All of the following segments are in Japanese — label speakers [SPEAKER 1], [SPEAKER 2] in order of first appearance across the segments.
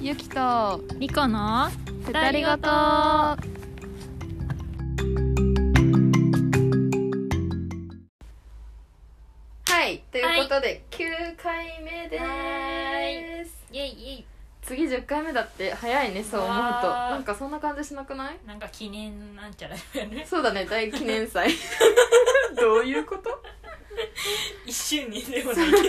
[SPEAKER 1] ゆきと
[SPEAKER 2] リコの
[SPEAKER 1] 二人ごとはいということで、九9回目で
[SPEAKER 2] は
[SPEAKER 1] す
[SPEAKER 2] イエイイエイ
[SPEAKER 1] 次10回目だって早いねそう思うと
[SPEAKER 2] わー
[SPEAKER 1] なんかそんな感じしなくない
[SPEAKER 2] なんか記念なんちゃらだよね
[SPEAKER 1] そうだね大記念祭 どういうこと
[SPEAKER 2] 一周年でもないけ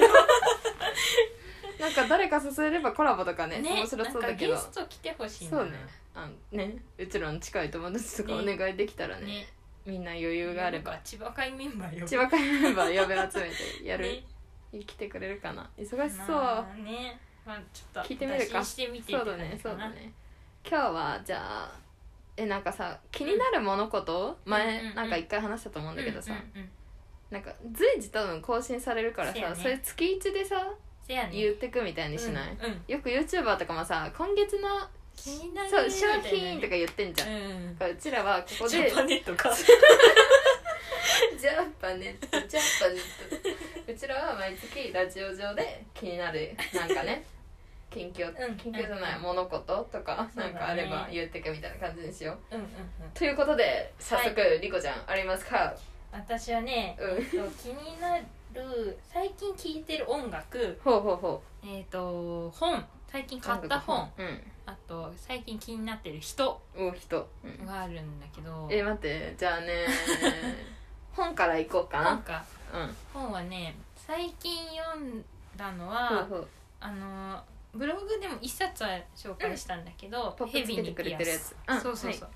[SPEAKER 1] なんか誰か誘えればコラボとかね
[SPEAKER 2] どね
[SPEAKER 1] 面白そうだけど
[SPEAKER 2] なんかゲスト来てほしいな
[SPEAKER 1] そうねあのねうちらの近い友達とかお
[SPEAKER 2] ね
[SPEAKER 1] 願いできたらね
[SPEAKER 2] ね
[SPEAKER 1] みんな余裕があれば
[SPEAKER 2] なんか千葉会メンバーよ
[SPEAKER 1] 千葉会メンバー呼び集めてやる、
[SPEAKER 2] ね
[SPEAKER 1] 来てくれるかな忙しそう、
[SPEAKER 2] まあねまあちょっと
[SPEAKER 1] 聞いてみるか
[SPEAKER 2] 打診してみて
[SPEAKER 1] そうだねそうだね今日はじゃあえなんかさ気になる物事、
[SPEAKER 2] うん
[SPEAKER 1] 前、
[SPEAKER 2] うんうん
[SPEAKER 1] なんか一回話したと思うんだけどさ、
[SPEAKER 2] うんうんうん
[SPEAKER 1] なんか随時多分更新されるからさ
[SPEAKER 2] そうやね
[SPEAKER 1] それ月1でさ
[SPEAKER 2] せやね
[SPEAKER 1] 言ってくみたいにしない、
[SPEAKER 2] うんうん
[SPEAKER 1] よく YouTuber とかもさ今月の
[SPEAKER 2] 気になる
[SPEAKER 1] そう商品とか
[SPEAKER 2] か
[SPEAKER 1] 言ってんじゃん、
[SPEAKER 2] うん
[SPEAKER 1] だからうちらはここ
[SPEAKER 2] ジ
[SPEAKER 1] で
[SPEAKER 2] ャパネッ トか
[SPEAKER 1] ジャパネットジャパネットうちらは毎月ラジオ上で気になるなんか ね近況
[SPEAKER 2] うん
[SPEAKER 1] 近況じゃない
[SPEAKER 2] うん
[SPEAKER 1] 物事とか
[SPEAKER 2] そ
[SPEAKER 1] な
[SPEAKER 2] うだ
[SPEAKER 1] ん
[SPEAKER 2] ね
[SPEAKER 1] かあれば言ってくみたいな感じにしよう
[SPEAKER 2] うんうんうん
[SPEAKER 1] ということで早速、リコちゃんありますか
[SPEAKER 2] 私はね
[SPEAKER 1] うん
[SPEAKER 2] そう気になる最近聴いてる音楽
[SPEAKER 1] ほうほうほ
[SPEAKER 2] えっ、と本最近
[SPEAKER 1] う
[SPEAKER 2] 買った本
[SPEAKER 1] う
[SPEAKER 2] あと最近気になってる人
[SPEAKER 1] んお人、うん、
[SPEAKER 2] があるんだけど
[SPEAKER 1] え待ってじゃあね 本から行こうか
[SPEAKER 2] なん
[SPEAKER 1] な
[SPEAKER 2] か
[SPEAKER 1] うん
[SPEAKER 2] 本はね最近読んだの
[SPEAKER 1] ほ
[SPEAKER 2] は
[SPEAKER 1] うほう
[SPEAKER 2] あのブログでも一冊は紹介したんだけど
[SPEAKER 1] ポ
[SPEAKER 2] 「
[SPEAKER 1] ップつけてくれてるやつうん
[SPEAKER 2] そうそうそう、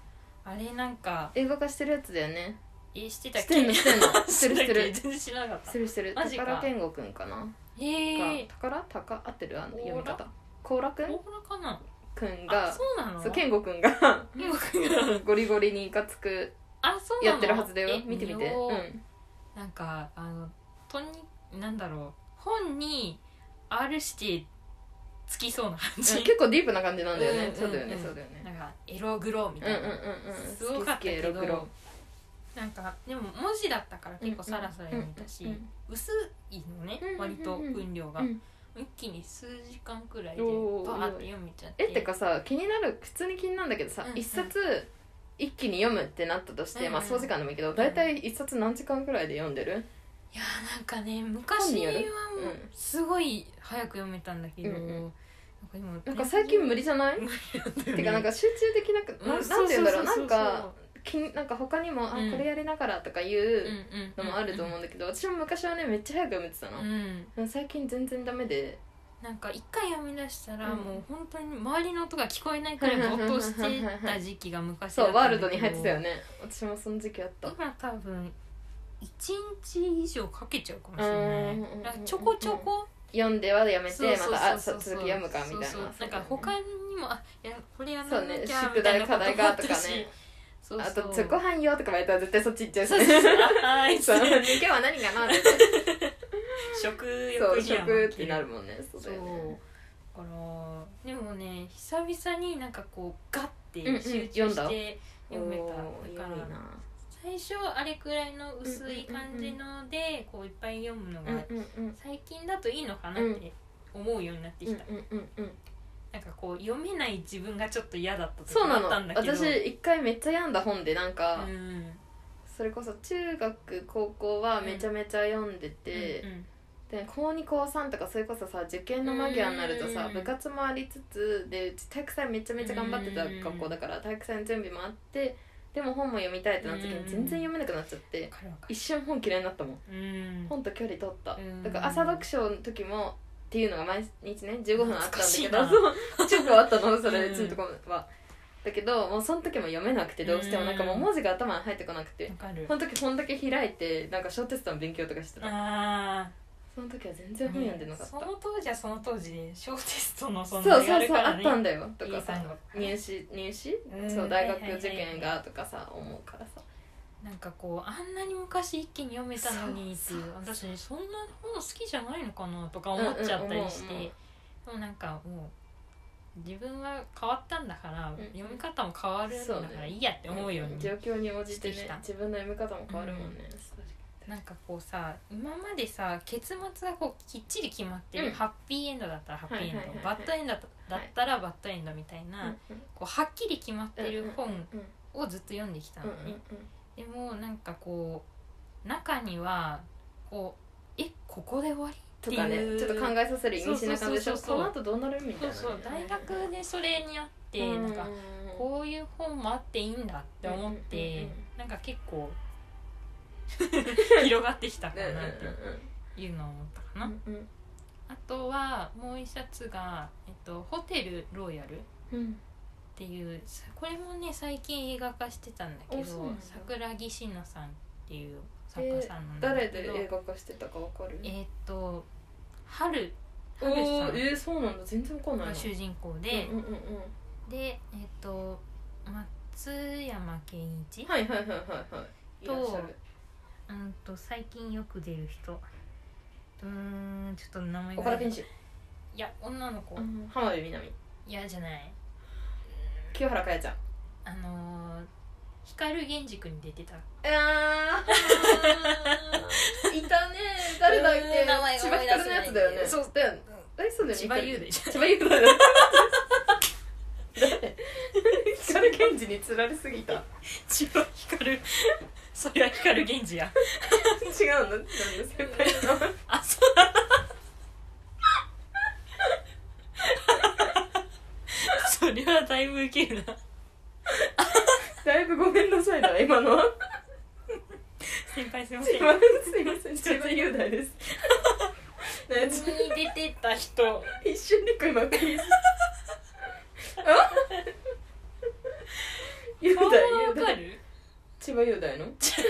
[SPEAKER 2] あれなんか
[SPEAKER 1] 映画化してるやつだよね
[SPEAKER 2] えしてたっ
[SPEAKER 1] し
[SPEAKER 2] け
[SPEAKER 1] てんのしてんのして
[SPEAKER 2] 知
[SPEAKER 1] るして
[SPEAKER 2] らない
[SPEAKER 1] る
[SPEAKER 2] 全然知らなかった
[SPEAKER 1] してるしてる
[SPEAKER 2] マジか
[SPEAKER 1] 宝健吾くんかな
[SPEAKER 2] へ
[SPEAKER 1] が
[SPEAKER 2] え
[SPEAKER 1] 宝宝合ってるあの
[SPEAKER 2] 甲
[SPEAKER 1] 読
[SPEAKER 2] 羅
[SPEAKER 1] み方甲羅くん
[SPEAKER 2] 大村かな
[SPEAKER 1] くん
[SPEAKER 2] あ
[SPEAKER 1] が
[SPEAKER 2] そうなの
[SPEAKER 1] そう健吾くんが
[SPEAKER 2] うん
[SPEAKER 1] ゴリゴリにいかつく
[SPEAKER 2] あそう
[SPEAKER 1] や
[SPEAKER 2] なの
[SPEAKER 1] ってるはずだよ
[SPEAKER 2] え
[SPEAKER 1] 見てみて
[SPEAKER 2] 見よう
[SPEAKER 1] うん
[SPEAKER 2] なんかあのとになんだろう本に R 指定つきそうな感じ、
[SPEAKER 1] 結構ディープな感じなんだよ
[SPEAKER 2] うんうん
[SPEAKER 1] ね
[SPEAKER 2] うん
[SPEAKER 1] そうだよねそうだよね
[SPEAKER 2] なんかエログロみ
[SPEAKER 1] うん
[SPEAKER 2] た
[SPEAKER 1] う
[SPEAKER 2] い
[SPEAKER 1] ん
[SPEAKER 2] な、
[SPEAKER 1] うんうん
[SPEAKER 2] すごかったけ
[SPEAKER 1] 好き好きエロ
[SPEAKER 2] ど
[SPEAKER 1] 黒
[SPEAKER 2] なんかでも文字だったから結構サラサラ読めたし、
[SPEAKER 1] うん
[SPEAKER 2] 薄いのね、
[SPEAKER 1] うんうんうん
[SPEAKER 2] 割と分量が、
[SPEAKER 1] うん
[SPEAKER 2] 一気に数時間くらいでバ
[SPEAKER 1] おー
[SPEAKER 2] ーって読めちゃって
[SPEAKER 1] えってかさ気になる普通に気になるんだけどさ
[SPEAKER 2] うんうん
[SPEAKER 1] 一冊一気に読むってなったとし
[SPEAKER 2] うん
[SPEAKER 1] て
[SPEAKER 2] うん
[SPEAKER 1] まあ総時間でもいいけど大体一冊何時間くらいで読んでる
[SPEAKER 2] いやーなんかね昔はも
[SPEAKER 1] 本による
[SPEAKER 2] うすごい早く読めたんだけど、
[SPEAKER 1] うんうん
[SPEAKER 2] なんか今
[SPEAKER 1] なんか最近無理じゃないてかなん
[SPEAKER 2] か
[SPEAKER 1] か集中できなくななんて言うんだろうなんかきんなんか他にもあ
[SPEAKER 2] うん
[SPEAKER 1] これやりながらとかいううんのもあると思うんだけど私も昔はねめっちゃ早く読めてたの
[SPEAKER 2] うん、うん
[SPEAKER 1] でも最近全然ダメで
[SPEAKER 2] なんか一回読み出したら
[SPEAKER 1] うん
[SPEAKER 2] もう本当に周りの音が聞こえないくらい没頭してた時期が昔だ
[SPEAKER 1] そう
[SPEAKER 2] った
[SPEAKER 1] ん
[SPEAKER 2] だ
[SPEAKER 1] ワ
[SPEAKER 2] け
[SPEAKER 1] ー
[SPEAKER 2] ど
[SPEAKER 1] ルドに入ってたよね私もその時期あった
[SPEAKER 2] 今多分一日以上かけちゃうかもし
[SPEAKER 1] う
[SPEAKER 2] れ
[SPEAKER 1] ん
[SPEAKER 2] な
[SPEAKER 1] うんうん
[SPEAKER 2] いなんかちょこちょこ
[SPEAKER 1] 読んではやめて
[SPEAKER 2] そう
[SPEAKER 1] ま
[SPEAKER 2] そう
[SPEAKER 1] たあ
[SPEAKER 2] そう
[SPEAKER 1] そう
[SPEAKER 2] そう
[SPEAKER 1] 続き読むかみたいな
[SPEAKER 2] そうそうなんか他にもあいやこれやら
[SPEAKER 1] そう
[SPEAKER 2] な
[SPEAKER 1] ね
[SPEAKER 2] きゃ
[SPEAKER 1] 宿
[SPEAKER 2] みたい
[SPEAKER 1] 題
[SPEAKER 2] な
[SPEAKER 1] 課
[SPEAKER 2] こと
[SPEAKER 1] 題
[SPEAKER 2] もあ
[SPEAKER 1] が
[SPEAKER 2] っ
[SPEAKER 1] と
[SPEAKER 2] た
[SPEAKER 1] か
[SPEAKER 2] し
[SPEAKER 1] ね
[SPEAKER 2] そう
[SPEAKER 1] あ
[SPEAKER 2] そ
[SPEAKER 1] と
[SPEAKER 2] う
[SPEAKER 1] 「ご飯よ」とか言われたら絶対そっち行っちゃうし
[SPEAKER 2] そう
[SPEAKER 1] ね
[SPEAKER 2] そう そうああいつ
[SPEAKER 1] そう今日は何かなってそ
[SPEAKER 2] 食
[SPEAKER 1] う
[SPEAKER 2] 欲には負け
[SPEAKER 1] 食ってなるもんねそう
[SPEAKER 2] そ
[SPEAKER 1] だ
[SPEAKER 2] う
[SPEAKER 1] よね
[SPEAKER 2] だからでもね久々になんかこうガッて
[SPEAKER 1] うんうん
[SPEAKER 2] 集
[SPEAKER 1] 読
[SPEAKER 2] 中
[SPEAKER 1] んだ
[SPEAKER 2] して読めた、
[SPEAKER 1] おー
[SPEAKER 2] だか
[SPEAKER 1] いい
[SPEAKER 2] ら
[SPEAKER 1] な
[SPEAKER 2] 最初あれくらいの薄い感じのでこういっぱい読むの
[SPEAKER 1] うん
[SPEAKER 2] が
[SPEAKER 1] うんうん
[SPEAKER 2] 最近だといいのかなって思うようになって
[SPEAKER 1] う
[SPEAKER 2] き
[SPEAKER 1] ん
[SPEAKER 2] た、
[SPEAKER 1] うんうん
[SPEAKER 2] なんかこう読めない自分がちょっと嫌だった時
[SPEAKER 1] そうな
[SPEAKER 2] があ
[SPEAKER 1] の
[SPEAKER 2] ったんだけど
[SPEAKER 1] 私一回めっちゃ病んだ本でなんか、
[SPEAKER 2] うん
[SPEAKER 1] それこそ中学高校はめちゃめちゃ読んでて、
[SPEAKER 2] うんうん
[SPEAKER 1] で高2高3とかそれこそさ受験の間際になるとさ、
[SPEAKER 2] うん
[SPEAKER 1] 部活もありつつでうち体育祭めちゃめちゃ頑張ってた
[SPEAKER 2] うん
[SPEAKER 1] 学校だから体育祭の準備もあってでも本も読みたいってなった時に全然読めなくなっちゃって
[SPEAKER 2] わかるわかる
[SPEAKER 1] 一瞬本嫌いになったもん
[SPEAKER 2] うん
[SPEAKER 1] 本と距離取った、
[SPEAKER 2] うん
[SPEAKER 1] だから朝読書の時もっていうのが毎日ね15分あったんだけど
[SPEAKER 2] 懐
[SPEAKER 1] そう10分あったのそれ
[SPEAKER 2] うん
[SPEAKER 1] うちのとこは、だけどもうその時も読めなくてどうしてもなんかもう文字が頭に入ってこなくて
[SPEAKER 2] わかる
[SPEAKER 1] その時本だけ開いてなんか小テストの勉強とかしてた
[SPEAKER 2] ああ
[SPEAKER 1] その時は全然本読んでなかった、
[SPEAKER 2] その当時はその当時で小テストのそ
[SPEAKER 1] そ
[SPEAKER 2] の
[SPEAKER 1] うそう
[SPEAKER 2] やる
[SPEAKER 1] そう、
[SPEAKER 2] から
[SPEAKER 1] あ
[SPEAKER 2] ね
[SPEAKER 1] ったんだよと
[SPEAKER 2] い
[SPEAKER 1] か
[SPEAKER 2] い単
[SPEAKER 1] さ
[SPEAKER 2] 語
[SPEAKER 1] 入試入試
[SPEAKER 2] うん
[SPEAKER 1] そう大学
[SPEAKER 2] はいはいはい
[SPEAKER 1] 受験がとかさ思うからさ
[SPEAKER 2] なんかこうあんなに昔一気に読めたのにっていう
[SPEAKER 1] そう
[SPEAKER 2] 私そんな本好きじゃないのかなとか思っちゃったりして、
[SPEAKER 1] うんうんうんうん
[SPEAKER 2] でもなんかもう自分は変わったんだから、
[SPEAKER 1] うん
[SPEAKER 2] 読み方も変わるんだ
[SPEAKER 1] そう
[SPEAKER 2] から
[SPEAKER 1] ね
[SPEAKER 2] いいやって思うように、
[SPEAKER 1] 状況に応じて
[SPEAKER 2] して
[SPEAKER 1] ね
[SPEAKER 2] きた
[SPEAKER 1] 自分の読み方も変わるもんね、そう
[SPEAKER 2] なんかこうさ今までさ結末がこうきっちり決まってる、
[SPEAKER 1] うん
[SPEAKER 2] ハッピーエンドだったらハッピーエンド、
[SPEAKER 1] はいはいはいは
[SPEAKER 2] バ
[SPEAKER 1] い
[SPEAKER 2] ッドエンドだっただったらバッドエンドみたいな、こうはっきり決まってる本
[SPEAKER 1] うん
[SPEAKER 2] をずっと読んできた
[SPEAKER 1] うん
[SPEAKER 2] の
[SPEAKER 1] う
[SPEAKER 2] ね
[SPEAKER 1] ん、
[SPEAKER 2] でもなんかこう中にはこうえここで終わり
[SPEAKER 1] とかね
[SPEAKER 2] っていう
[SPEAKER 1] ちょっと考えさせる意味深な感じでしょ
[SPEAKER 2] そうそうそうそう
[SPEAKER 1] この後どうなるみたい
[SPEAKER 2] そ
[SPEAKER 1] な
[SPEAKER 2] うそう大学でそれにあって、
[SPEAKER 1] うん
[SPEAKER 2] なんかこういう本もあっていいんだって思って、
[SPEAKER 1] うんうんうん
[SPEAKER 2] なんか結 構広がってきたか
[SPEAKER 1] うんうん
[SPEAKER 2] なっていうのを思ったかな、
[SPEAKER 1] うんうん
[SPEAKER 2] あとはもう一冊が、えっと「ホテルロイヤル」っ
[SPEAKER 1] うん
[SPEAKER 2] ていうさこれもね最近映画化してたんだけ
[SPEAKER 1] おそうな
[SPEAKER 2] ど
[SPEAKER 1] んだ
[SPEAKER 2] 桜木しなさんっていう作家さんなんだ
[SPEAKER 1] 誰
[SPEAKER 2] けど、
[SPEAKER 1] で映画化してたかわかる
[SPEAKER 2] えっと春
[SPEAKER 1] お
[SPEAKER 2] 春さ
[SPEAKER 1] ー
[SPEAKER 2] ん
[SPEAKER 1] えーそうなんだ全然わかんないな
[SPEAKER 2] が主人公で、
[SPEAKER 1] うんうんうん
[SPEAKER 2] でえっと松山ケンイチ、
[SPEAKER 1] はいはいはいはいはいいらっしゃる
[SPEAKER 2] うんと最近よく出る人うーんちょっと名前
[SPEAKER 1] 岡田
[SPEAKER 2] い
[SPEAKER 1] 健志
[SPEAKER 2] や女の子、
[SPEAKER 1] 浜辺美波
[SPEAKER 2] いやじゃない
[SPEAKER 1] 清原かやちゃん
[SPEAKER 2] あのー、光源氏くんに出 てた
[SPEAKER 1] あーいたね誰だっ
[SPEAKER 2] うー
[SPEAKER 1] け
[SPEAKER 2] ん名前が
[SPEAKER 1] 千
[SPEAKER 2] 思
[SPEAKER 1] 葉
[SPEAKER 2] い
[SPEAKER 1] ひ
[SPEAKER 2] 出せ
[SPEAKER 1] か
[SPEAKER 2] ない
[SPEAKER 1] るのやつだよね
[SPEAKER 2] そう
[SPEAKER 1] だよねえそうだよね
[SPEAKER 2] 千葉雄でしょ
[SPEAKER 1] 千葉雄だよね誰光源氏に釣られすぎた違
[SPEAKER 2] 千葉光 そりゃ光源氏や
[SPEAKER 1] うんだなんで先輩の
[SPEAKER 2] あそうそりゃだいぶウケるな
[SPEAKER 1] だいぶごめんなさいだわ今のは
[SPEAKER 2] 先輩すいますせ
[SPEAKER 1] い
[SPEAKER 2] ん
[SPEAKER 1] ませんすいません千葉雄大ですねち
[SPEAKER 2] に出てた人
[SPEAKER 1] 一瞬で今ピースあ雄
[SPEAKER 2] 顔
[SPEAKER 1] 大
[SPEAKER 2] はわ
[SPEAKER 1] 雄
[SPEAKER 2] か
[SPEAKER 1] 大
[SPEAKER 2] る
[SPEAKER 1] 千葉雄大の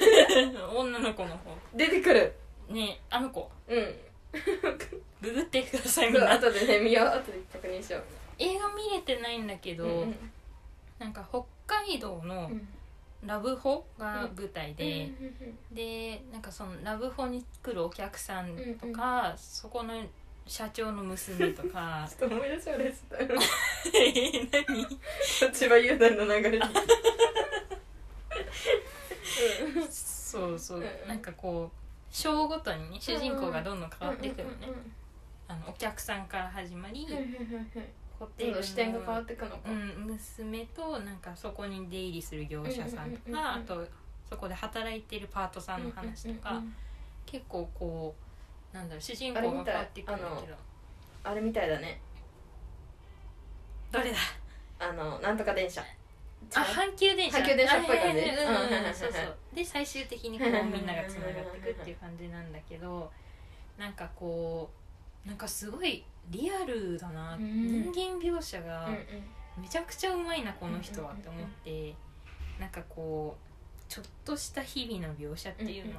[SPEAKER 2] 女の子の方
[SPEAKER 1] 出てくる
[SPEAKER 2] ねえあの子
[SPEAKER 1] うん
[SPEAKER 2] ググってくださいみん
[SPEAKER 1] そう
[SPEAKER 2] な
[SPEAKER 1] 後でね見よう後で確認しよ
[SPEAKER 2] 映画見れてないんだけ
[SPEAKER 1] う
[SPEAKER 2] ど、
[SPEAKER 1] ん
[SPEAKER 2] なんか北海道の
[SPEAKER 1] うん
[SPEAKER 2] ラブホが舞台で、
[SPEAKER 1] うん
[SPEAKER 2] でなんかそのラブホに来るお客さんとか、そこの社長の娘と か
[SPEAKER 1] ちょっと思い出し忘れて
[SPEAKER 2] えー何
[SPEAKER 1] た千葉雄大の流れにうん
[SPEAKER 2] そうそう、
[SPEAKER 1] うん
[SPEAKER 2] なんかこう章ごとにね主人公がどんどん変わっていくのね、あのお客さんから始まり、
[SPEAKER 1] うんうんうん
[SPEAKER 2] ホテ
[SPEAKER 1] どん
[SPEAKER 2] ル
[SPEAKER 1] ど
[SPEAKER 2] の
[SPEAKER 1] ん視点が変わっていくのか
[SPEAKER 2] うん、娘となんかそこに出入りする業者さ
[SPEAKER 1] うんうん
[SPEAKER 2] んとか、
[SPEAKER 1] うんうん
[SPEAKER 2] あとそこで働いてるパートさんの話とか、
[SPEAKER 1] うんうんうん
[SPEAKER 2] 結構こうなんだろう主人
[SPEAKER 1] あれ
[SPEAKER 2] 公
[SPEAKER 1] み
[SPEAKER 2] が
[SPEAKER 1] たい
[SPEAKER 2] 変わってくるんだけど
[SPEAKER 1] あれみたいだね
[SPEAKER 2] どれだ
[SPEAKER 1] あのなんとか電車
[SPEAKER 2] あ阪急電車
[SPEAKER 1] 阪急電車っぽい感じ
[SPEAKER 2] あややや
[SPEAKER 1] うん
[SPEAKER 2] うんうんそうそうで最終的にこう
[SPEAKER 1] はいはいはい
[SPEAKER 2] みんながつながってくっていう感じなんだけどなんかこうなんかすごいリアルだな、
[SPEAKER 1] うん
[SPEAKER 2] 人間描写が
[SPEAKER 1] うんうん
[SPEAKER 2] めちゃくちゃうまいなこの人はって思って、なんかこうちょっとした日々の描写っていうの、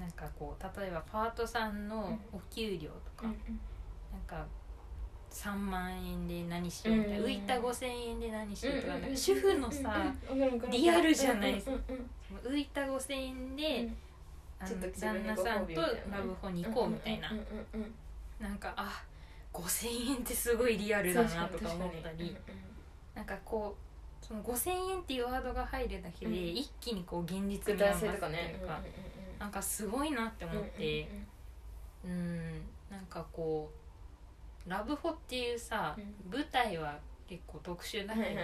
[SPEAKER 2] なんかこう例えばパートさんのお給料と
[SPEAKER 1] う
[SPEAKER 2] か、
[SPEAKER 1] んうん
[SPEAKER 2] なんか3万円で何しようみたいな、
[SPEAKER 1] うん
[SPEAKER 2] 浮いた5,000円で何しようとか,、なんか主
[SPEAKER 1] 主
[SPEAKER 2] 婦
[SPEAKER 1] 婦
[SPEAKER 2] の
[SPEAKER 1] の
[SPEAKER 2] さ
[SPEAKER 1] さ、
[SPEAKER 2] リ
[SPEAKER 1] リ
[SPEAKER 2] ア
[SPEAKER 1] ア
[SPEAKER 2] ル
[SPEAKER 1] ル
[SPEAKER 2] じ
[SPEAKER 1] じ
[SPEAKER 2] ゃ
[SPEAKER 1] ゃ
[SPEAKER 2] な
[SPEAKER 1] ないいで
[SPEAKER 2] で
[SPEAKER 1] すす
[SPEAKER 2] 浮いた5,000円で、あ
[SPEAKER 1] ちょっと
[SPEAKER 2] の
[SPEAKER 1] 自分
[SPEAKER 2] 旦
[SPEAKER 1] に
[SPEAKER 2] 那さんと
[SPEAKER 1] ご褒美みたいな
[SPEAKER 2] ラブホに行
[SPEAKER 1] 行
[SPEAKER 2] こ
[SPEAKER 1] こ
[SPEAKER 2] う
[SPEAKER 1] う
[SPEAKER 2] み
[SPEAKER 1] み
[SPEAKER 2] た
[SPEAKER 1] た
[SPEAKER 2] い
[SPEAKER 1] い
[SPEAKER 2] な、
[SPEAKER 1] な
[SPEAKER 2] なんかあ5,000円ってすごいリアルだ
[SPEAKER 1] だ
[SPEAKER 2] な
[SPEAKER 1] な
[SPEAKER 2] と
[SPEAKER 1] と
[SPEAKER 2] か
[SPEAKER 1] か
[SPEAKER 2] 思
[SPEAKER 1] 思
[SPEAKER 2] っ
[SPEAKER 1] ったた
[SPEAKER 2] り
[SPEAKER 1] り
[SPEAKER 2] なんかこうその5,000円っていうワードが入るだけで、
[SPEAKER 1] うん
[SPEAKER 2] 一気にこう現実味が増すっていうか、なんかすごいなって思
[SPEAKER 1] 思
[SPEAKER 2] っ。
[SPEAKER 1] ってて
[SPEAKER 2] うんなんかこうラブホっていうさ、
[SPEAKER 1] う
[SPEAKER 2] 舞台は結構特殊だけど、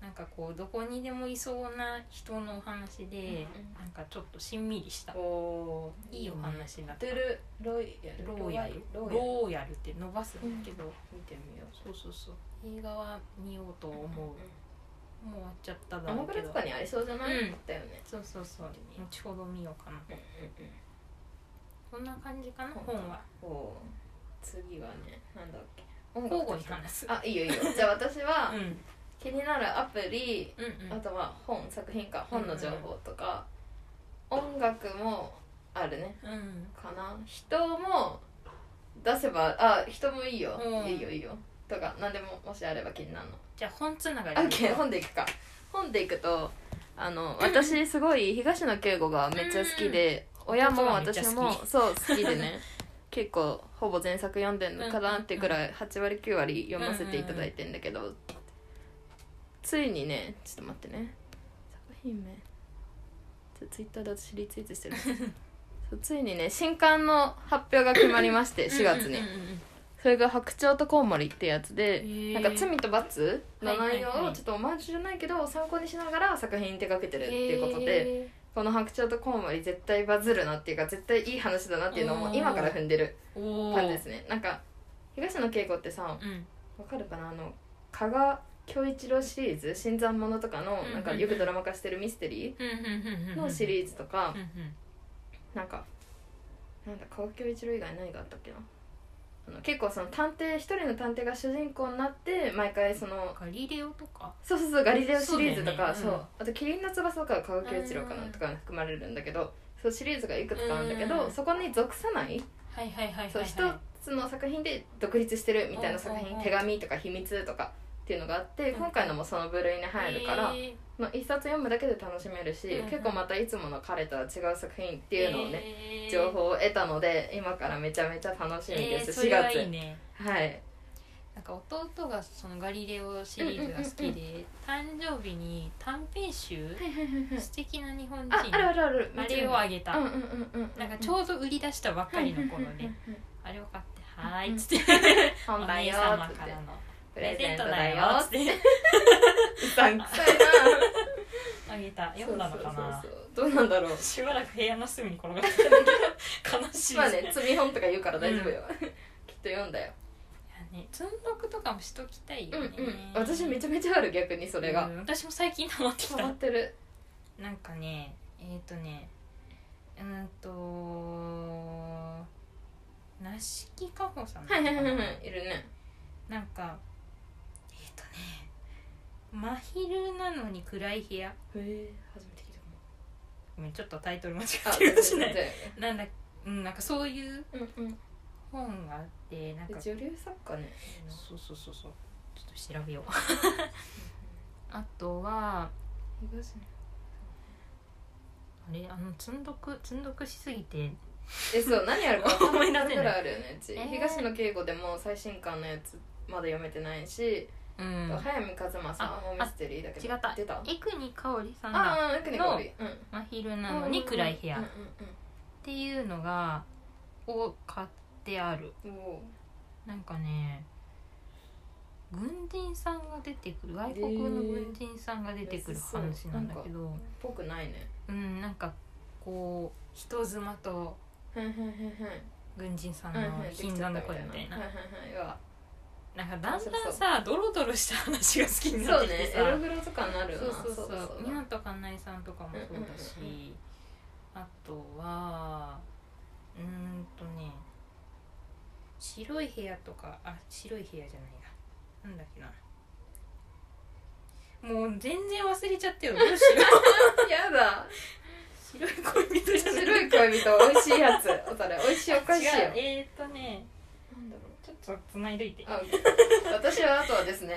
[SPEAKER 2] なんかこうどこにでもいそうな人のお話で、
[SPEAKER 1] うんうん
[SPEAKER 2] なんかちょっとしんみりした、
[SPEAKER 1] お
[SPEAKER 2] い
[SPEAKER 1] い
[SPEAKER 2] い
[SPEAKER 1] い
[SPEAKER 2] お
[SPEAKER 1] お話
[SPEAKER 2] 話だった
[SPEAKER 1] ドゥルロイヤル
[SPEAKER 2] ローヤルロ
[SPEAKER 1] ロイヤル
[SPEAKER 2] ーヤルって伸ばすんだけど、
[SPEAKER 1] 見てみよう
[SPEAKER 2] そうそうそう映画は見ようと思う、もう終わっちゃっただ
[SPEAKER 1] ア
[SPEAKER 2] ろ
[SPEAKER 1] マ
[SPEAKER 2] う
[SPEAKER 1] プ
[SPEAKER 2] け
[SPEAKER 1] ラ
[SPEAKER 2] ど
[SPEAKER 1] とかにありそうじゃない
[SPEAKER 2] うん
[SPEAKER 1] あったよね
[SPEAKER 2] そうそうそう後ほど見ようかなそんな感じかな
[SPEAKER 1] 本
[SPEAKER 2] 本は
[SPEAKER 1] おー次はねなんだっけ
[SPEAKER 2] 交互に話す
[SPEAKER 1] あいいよいいよじゃあ私は
[SPEAKER 2] うん
[SPEAKER 1] 気になるアプリ
[SPEAKER 2] うんうん
[SPEAKER 1] あとは本作品か本の情報とか、音楽もあるね
[SPEAKER 2] うん
[SPEAKER 1] かな人も出せばあ人もいいよ、
[SPEAKER 2] うん
[SPEAKER 1] いいよいいよとか何でももしあれば気になるの
[SPEAKER 2] じゃあ本つなが
[SPEAKER 1] あ
[SPEAKER 2] りで
[SPEAKER 1] OK 本でいくか本でいくとあの私すごい東野圭吾がめっちゃ好きで、
[SPEAKER 2] うん
[SPEAKER 1] 親も
[SPEAKER 2] 弟がめっちゃ
[SPEAKER 1] 私
[SPEAKER 2] 好き
[SPEAKER 1] もそう好きでね 結構ほぼ全作読んでんのかなってくらい8割9割読ませていただいてんだけど、ついにねちょっと待ってね作品名じゃツイッターで私リツイートしてる そうついにね新刊の発表が決まりまして4月に
[SPEAKER 2] うんうんうんうん
[SPEAKER 1] それが「白鳥とコウモリ」ってやつで、
[SPEAKER 2] へえ
[SPEAKER 1] なんか罪と罰の内容
[SPEAKER 2] はいはいは
[SPEAKER 1] を
[SPEAKER 2] い
[SPEAKER 1] ちょっとオマージュじゃないけど参考にしながら作品手掛けてるっていうことで、
[SPEAKER 2] へ
[SPEAKER 1] この「白鳥とコウモリ」絶対バズるなっていうか絶対いい話だなっていうの
[SPEAKER 2] お
[SPEAKER 1] も
[SPEAKER 2] ー
[SPEAKER 1] 今から踏んでる
[SPEAKER 2] ーお
[SPEAKER 1] 感じで
[SPEAKER 2] ー
[SPEAKER 1] すねなんか東野圭子ってさ
[SPEAKER 2] うん
[SPEAKER 1] わかるかなあの加賀恭一郎シリーズ「新参者」とかの
[SPEAKER 2] んうんうん
[SPEAKER 1] なんかよくドラマ化してるミステリ
[SPEAKER 2] うんうんうんう
[SPEAKER 1] ー
[SPEAKER 2] ん
[SPEAKER 1] のシ
[SPEAKER 2] ー
[SPEAKER 1] リーズとか
[SPEAKER 2] うんうん
[SPEAKER 1] なんかなんだ加賀恭一郎以外何があったっけなあの結構その探偵一人の探偵が主人公になって毎回その
[SPEAKER 2] ガリレオとか
[SPEAKER 1] そうそうそうガリレオシリーズとか
[SPEAKER 2] そ
[SPEAKER 1] そうう,、
[SPEAKER 2] だよねうん
[SPEAKER 1] あと「キリンの翼」とか「加賀恭一郎」かな
[SPEAKER 2] うん
[SPEAKER 1] とか含まれるんだけどそうシリーズがいくつかあるんだけど、
[SPEAKER 2] うん
[SPEAKER 1] そこに属さない
[SPEAKER 2] はいはいはいはいはい
[SPEAKER 1] そう一つの作品で独立してるみたいな作
[SPEAKER 2] うんうん
[SPEAKER 1] 品
[SPEAKER 2] うん
[SPEAKER 1] 「手紙」とか「秘密」とかっていうのがあって
[SPEAKER 2] うん
[SPEAKER 1] 今回のもその部類に入るから
[SPEAKER 2] へー
[SPEAKER 1] まあ一冊読むだけで楽しめるし
[SPEAKER 2] うんうん
[SPEAKER 1] 結構またいつもの彼とは違う作品っていうのをね
[SPEAKER 2] へー
[SPEAKER 1] 情報を得たので今からめちゃめちゃ楽しみです
[SPEAKER 2] えーそ
[SPEAKER 1] 4
[SPEAKER 2] れはいい
[SPEAKER 1] 月
[SPEAKER 2] ね
[SPEAKER 1] はい
[SPEAKER 2] なんか弟がそのガリレオシリーズが好きで、誕生日に短編集「素敵な日本人」
[SPEAKER 1] ああるあるある
[SPEAKER 2] あれをあげた、
[SPEAKER 1] うんうんうんうん
[SPEAKER 2] なんかちょうど売り出したばっかりの頃
[SPEAKER 1] うん
[SPEAKER 2] ね、
[SPEAKER 1] うんうん
[SPEAKER 2] あれを買って「
[SPEAKER 1] ん
[SPEAKER 2] はーい」っつって
[SPEAKER 1] 「
[SPEAKER 2] 「お
[SPEAKER 1] 本番
[SPEAKER 2] 姉
[SPEAKER 1] よ」
[SPEAKER 2] 様
[SPEAKER 1] っつっ
[SPEAKER 2] か
[SPEAKER 1] て
[SPEAKER 2] らの
[SPEAKER 1] 「
[SPEAKER 2] プ
[SPEAKER 1] プ
[SPEAKER 2] レ
[SPEAKER 1] レ
[SPEAKER 2] ゼ
[SPEAKER 1] ゼ
[SPEAKER 2] ン
[SPEAKER 1] ン
[SPEAKER 2] ト
[SPEAKER 1] ト
[SPEAKER 2] だ
[SPEAKER 1] だ
[SPEAKER 2] よ
[SPEAKER 1] よ」」
[SPEAKER 2] っ
[SPEAKER 1] っ
[SPEAKER 2] つ
[SPEAKER 1] つ
[SPEAKER 2] っ
[SPEAKER 1] っててうさんくさいな
[SPEAKER 2] あげた読んだのかな
[SPEAKER 1] そうそうそうそうどうなんだろう
[SPEAKER 2] しばらく部屋の隅に転がってたんだけど悲しい
[SPEAKER 1] まあね罪本とか言うから大丈夫よ、きっと読んだよ、
[SPEAKER 2] いやね積んどくとかもしときたいよね、
[SPEAKER 1] 私めちゃめちゃある逆にそれが
[SPEAKER 2] うん私も最近溜まってき
[SPEAKER 1] ハマ
[SPEAKER 2] た
[SPEAKER 1] ってる
[SPEAKER 2] なんかねえっ、ー、とねうーんと梨木かほさんだ
[SPEAKER 1] は
[SPEAKER 2] っ
[SPEAKER 1] い
[SPEAKER 2] た
[SPEAKER 1] はい
[SPEAKER 2] か
[SPEAKER 1] はい
[SPEAKER 2] な
[SPEAKER 1] はいいるね
[SPEAKER 2] なんかえっ、とね真昼なのに暗い部屋
[SPEAKER 1] へえ初めて聞いた
[SPEAKER 2] ごめんちょっとタイトル間違
[SPEAKER 1] あ
[SPEAKER 2] ってる かもしれない
[SPEAKER 1] 全
[SPEAKER 2] なんだうんなんかそういう
[SPEAKER 1] 然うんうん
[SPEAKER 2] 本があってなんか
[SPEAKER 1] 女流作家ね
[SPEAKER 2] そうそうそうそうちょっと調べ ようあとは
[SPEAKER 1] 東野
[SPEAKER 2] あれあの積んどく積んどくしすぎて
[SPEAKER 1] えそう何やる か分かん
[SPEAKER 2] 思い出せない
[SPEAKER 1] それぐらいあるよねうち、
[SPEAKER 2] えー
[SPEAKER 1] 東野圭吾でも最新刊のやつまだ読めてないし、
[SPEAKER 2] うん
[SPEAKER 1] 早見一馬さんもミステリーだけど
[SPEAKER 2] 違った
[SPEAKER 1] 出た
[SPEAKER 2] 江国香織さんが
[SPEAKER 1] ああクニコリうん
[SPEAKER 2] 真昼なのに暗い部屋
[SPEAKER 1] う
[SPEAKER 2] っ
[SPEAKER 1] んう
[SPEAKER 2] ていうのがを買ってある
[SPEAKER 1] んうんおー
[SPEAKER 2] なんかね軍人さんが出てくる外国の軍人さんが出てくる話なんだけど、
[SPEAKER 1] ぽくないね
[SPEAKER 2] うんなんかこう人妻と
[SPEAKER 1] はいはいはいはい
[SPEAKER 2] 軍人さん
[SPEAKER 1] はい
[SPEAKER 2] の
[SPEAKER 1] はい
[SPEAKER 2] 金山だこれみたい
[SPEAKER 1] は
[SPEAKER 2] ない
[SPEAKER 1] はいは
[SPEAKER 2] なんかだんだんさドロドロした話が好き
[SPEAKER 1] い
[SPEAKER 2] にな
[SPEAKER 1] そ
[SPEAKER 2] っ
[SPEAKER 1] う
[SPEAKER 2] てきて
[SPEAKER 1] ね
[SPEAKER 2] さ
[SPEAKER 1] エログロとかになるよ
[SPEAKER 2] そう
[SPEAKER 1] な
[SPEAKER 2] そうそう
[SPEAKER 1] だ
[SPEAKER 2] 湊かなえさんとかもそうだし、
[SPEAKER 1] うんうんうん
[SPEAKER 2] あとはうーんとね白い部屋とかあ白い部屋じゃないななんだっけなもう全然忘れちゃってるどうしよ
[SPEAKER 1] やだ
[SPEAKER 2] う 白い恋人じゃない
[SPEAKER 1] 白い恋人美味しいやつおたれ美味しいお菓子よ
[SPEAKER 2] 違うえー、っとね
[SPEAKER 1] なんだろう
[SPEAKER 2] ちょっと繋いどいて
[SPEAKER 1] あ私はあとはです ね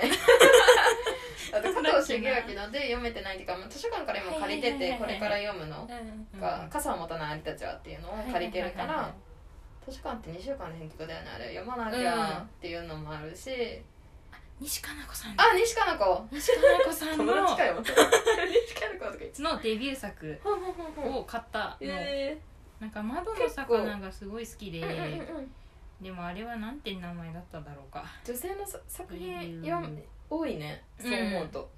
[SPEAKER 1] あと加藤茂明ので読めてないっていうかもう図書館から今借りて
[SPEAKER 2] はいはい
[SPEAKER 1] て
[SPEAKER 2] は
[SPEAKER 1] こ
[SPEAKER 2] いはい
[SPEAKER 1] れから読むの
[SPEAKER 2] うん
[SPEAKER 1] が「傘を持たない有田ちは」っていうのを借りてるから図書館って2週間の返却だよねあれ読まなきゃっていうのもあるし
[SPEAKER 2] 西加奈子さん
[SPEAKER 1] あ西加奈子
[SPEAKER 2] 西加奈子さんの
[SPEAKER 1] 友達かよ西 加奈子とか言って
[SPEAKER 2] のデビュー作
[SPEAKER 1] ほんほんほんほん
[SPEAKER 2] を買ったの、
[SPEAKER 1] え
[SPEAKER 2] なんか窓の魚がすごい好きで、
[SPEAKER 1] えうんうんうんうん
[SPEAKER 2] でもあれはなんて名前だっただろうか
[SPEAKER 1] 女性のさ作
[SPEAKER 2] うん
[SPEAKER 1] 品読む多いねそう思うと、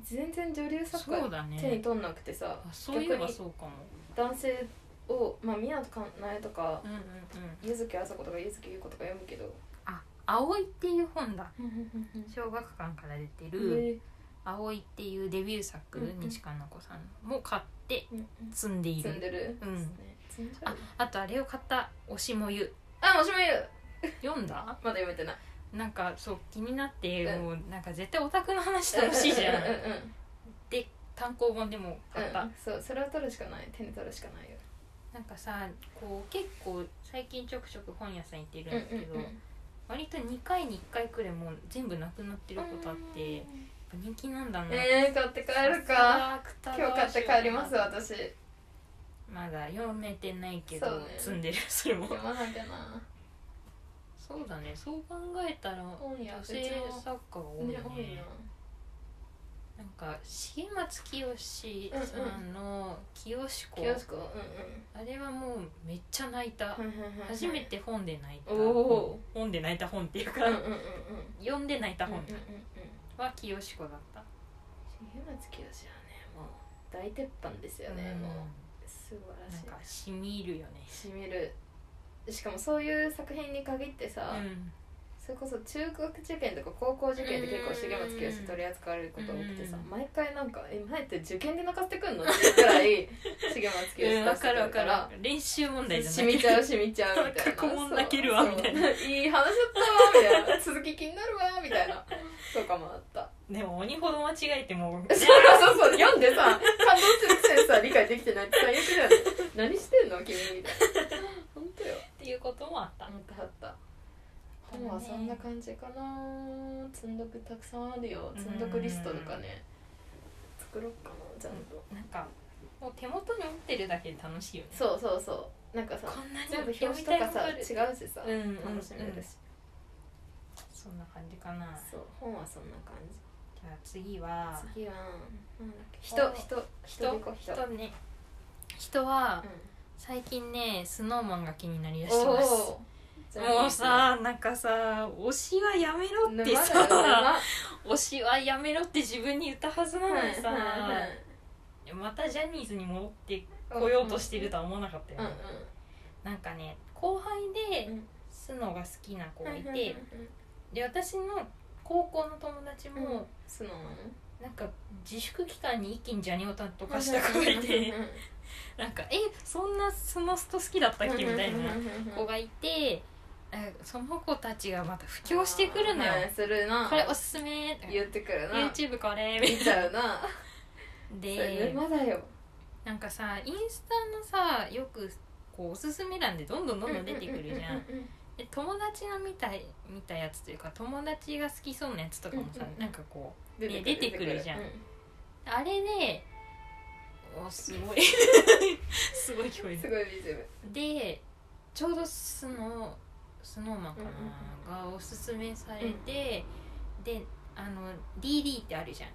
[SPEAKER 1] 全然女流作
[SPEAKER 2] そう
[SPEAKER 1] 家
[SPEAKER 2] だ
[SPEAKER 1] 手に
[SPEAKER 2] ね
[SPEAKER 1] 取んなくてさ、
[SPEAKER 2] あそういえば
[SPEAKER 1] 逆に
[SPEAKER 2] そうかも
[SPEAKER 1] 男性をまあ宮とかなえとか
[SPEAKER 2] うんうんうん
[SPEAKER 1] 柚木あさ子とか柚木優子とか読むけど
[SPEAKER 2] あ「葵」っていう本だ
[SPEAKER 1] う
[SPEAKER 2] 小学館から出てる
[SPEAKER 1] ん
[SPEAKER 2] 「葵」っていうデビュー作、
[SPEAKER 1] うんうん
[SPEAKER 2] 西加奈子さんも買って積んでい
[SPEAKER 1] 積ん
[SPEAKER 2] る
[SPEAKER 1] でる
[SPEAKER 2] うん
[SPEAKER 1] 積んじゃう
[SPEAKER 2] あとあれを買った「おしもゆ
[SPEAKER 1] あもしもゆ」
[SPEAKER 2] 読んだ
[SPEAKER 1] まだ読めてない
[SPEAKER 2] なんかそう気になって、
[SPEAKER 1] うん
[SPEAKER 2] もうなんか絶対オタクの話してほしいじゃ
[SPEAKER 1] うんうん
[SPEAKER 2] ん
[SPEAKER 1] うんうん
[SPEAKER 2] で単行本でも買った、
[SPEAKER 1] そうそれは取るしかない手に取るしかないよ
[SPEAKER 2] なんかさこう結構最近ちょくちょく本屋さん行ってるんだけど、割と2回に1回くらいもう全部なくなってることあってやっぱ人気なんだな
[SPEAKER 1] えー、買って帰るか
[SPEAKER 2] さすが
[SPEAKER 1] 今日買って帰ります私
[SPEAKER 2] まだ読めてないけど
[SPEAKER 1] そうね
[SPEAKER 2] 積んでる それも
[SPEAKER 1] 読まなきゃな
[SPEAKER 2] そうだねそう考えたら
[SPEAKER 1] 本屋
[SPEAKER 2] 女
[SPEAKER 1] うち
[SPEAKER 2] 性
[SPEAKER 1] も
[SPEAKER 2] 作家が多
[SPEAKER 1] ね
[SPEAKER 2] いね
[SPEAKER 1] 多いな
[SPEAKER 2] なんか重松清さんの「清子」
[SPEAKER 1] 清子うん
[SPEAKER 2] あれはもうめっちゃ泣いた、
[SPEAKER 1] うんはいはいはいはい
[SPEAKER 2] 初めて本で泣いた
[SPEAKER 1] おー
[SPEAKER 2] 本本で泣いた本っていう
[SPEAKER 1] うんう
[SPEAKER 2] か、
[SPEAKER 1] んうんうん
[SPEAKER 2] 読んで泣いた本
[SPEAKER 1] うんうんうん
[SPEAKER 2] は清子だった、
[SPEAKER 1] 重松清はねもう大鉄板ですよね、
[SPEAKER 2] うん
[SPEAKER 1] もう素晴
[SPEAKER 2] なん
[SPEAKER 1] ら
[SPEAKER 2] かしみるよね
[SPEAKER 1] しいしみるしかもそういう作品に限ってさ、
[SPEAKER 2] うん
[SPEAKER 1] それこそ中学受験とか高校受験って結構重松清取り扱われることが多くてさ、
[SPEAKER 2] うん
[SPEAKER 1] 毎回なんか「え前って受験で泣かせてくんの?」っていうくらい重松清
[SPEAKER 2] うん、
[SPEAKER 1] 出
[SPEAKER 2] わ
[SPEAKER 1] して
[SPEAKER 2] か
[SPEAKER 1] く
[SPEAKER 2] るわ
[SPEAKER 1] る
[SPEAKER 2] か
[SPEAKER 1] から
[SPEAKER 2] る
[SPEAKER 1] ら。
[SPEAKER 2] 練習問題じゃ
[SPEAKER 1] し
[SPEAKER 2] ない
[SPEAKER 1] みちゃうしみちゃうみたいな
[SPEAKER 2] 過去問泣けるわ
[SPEAKER 1] そう
[SPEAKER 2] みたいな
[SPEAKER 1] そういい話だったわみたいな続き気になるわみた いなとかもあった
[SPEAKER 2] でも鬼ほど間違えても
[SPEAKER 1] そうそうそう読んでさ感動するくせにさ理解できてないって最悪だよね何してんの君みたいな本当よ
[SPEAKER 2] っていうこともあった、
[SPEAKER 1] あったあった本はそんな感じかな積んどくたくさんあるよ積んどくリストとかね作ろうかなちゃんと
[SPEAKER 2] なんかもう手元に持ってるだけで楽しいよね
[SPEAKER 1] そうそうそうなんかさ
[SPEAKER 2] こんなに
[SPEAKER 1] 全部表紙とかさ違うしさ
[SPEAKER 2] うんうん
[SPEAKER 1] 楽しめるし
[SPEAKER 2] そんな感じかな
[SPEAKER 1] そう本はそんな感じ
[SPEAKER 2] じゃあ次は
[SPEAKER 1] 次はなんだっけ人
[SPEAKER 2] あ
[SPEAKER 1] 人
[SPEAKER 2] 人
[SPEAKER 1] 人人
[SPEAKER 2] 人ね人は
[SPEAKER 1] う
[SPEAKER 2] 最近ねスノーマンが気になりだ
[SPEAKER 1] ん
[SPEAKER 2] してます
[SPEAKER 1] おー
[SPEAKER 2] もうさなんかさ推しはやめろっ
[SPEAKER 1] 沼だ
[SPEAKER 2] て
[SPEAKER 1] よ
[SPEAKER 2] さ推しはやめろって自分に言ったはずな
[SPEAKER 1] 沼
[SPEAKER 2] の
[SPEAKER 1] は
[SPEAKER 2] に
[SPEAKER 1] い
[SPEAKER 2] さ、
[SPEAKER 1] はいはい
[SPEAKER 2] またジャニーズに戻ってこようとしてるとは思わなかったよ
[SPEAKER 1] うん
[SPEAKER 2] ね、
[SPEAKER 1] うん
[SPEAKER 2] なんかね後輩で
[SPEAKER 1] うん
[SPEAKER 2] スノが好きな子がいて、
[SPEAKER 1] はいはいはい
[SPEAKER 2] で私の高校の友達
[SPEAKER 1] うん
[SPEAKER 2] も、
[SPEAKER 1] スノーマン
[SPEAKER 2] なんか自粛期間に一気にジャニオタとかした子がいて
[SPEAKER 1] うんうん
[SPEAKER 2] なんか「えそんなスノスト好きだったっけ?」みたいな子がいてえその子たちがまた布教してくるのよ
[SPEAKER 1] は。いするな
[SPEAKER 2] これおすすめとか
[SPEAKER 1] 言ってくるな
[SPEAKER 2] YouTube これみ
[SPEAKER 1] 見ちゃうな
[SPEAKER 2] たい
[SPEAKER 1] それ
[SPEAKER 2] で
[SPEAKER 1] 沼だよ
[SPEAKER 2] なんかさインスタのさよくこうおすすめ欄でどんどんどんどん出てくるじゃん
[SPEAKER 1] ううう
[SPEAKER 2] で友達の見た見たやつというか友達が好きそうなやつとかもさ
[SPEAKER 1] うんうん
[SPEAKER 2] なんかこ
[SPEAKER 1] う
[SPEAKER 2] ね出てくるじゃん
[SPEAKER 1] う
[SPEAKER 2] うあれでおすごい すごい聞こえ
[SPEAKER 1] す
[SPEAKER 2] る
[SPEAKER 1] ごいリズム
[SPEAKER 2] でちょうどスノースノーマンかな、がおすすめされて、であの DD ってあるじゃん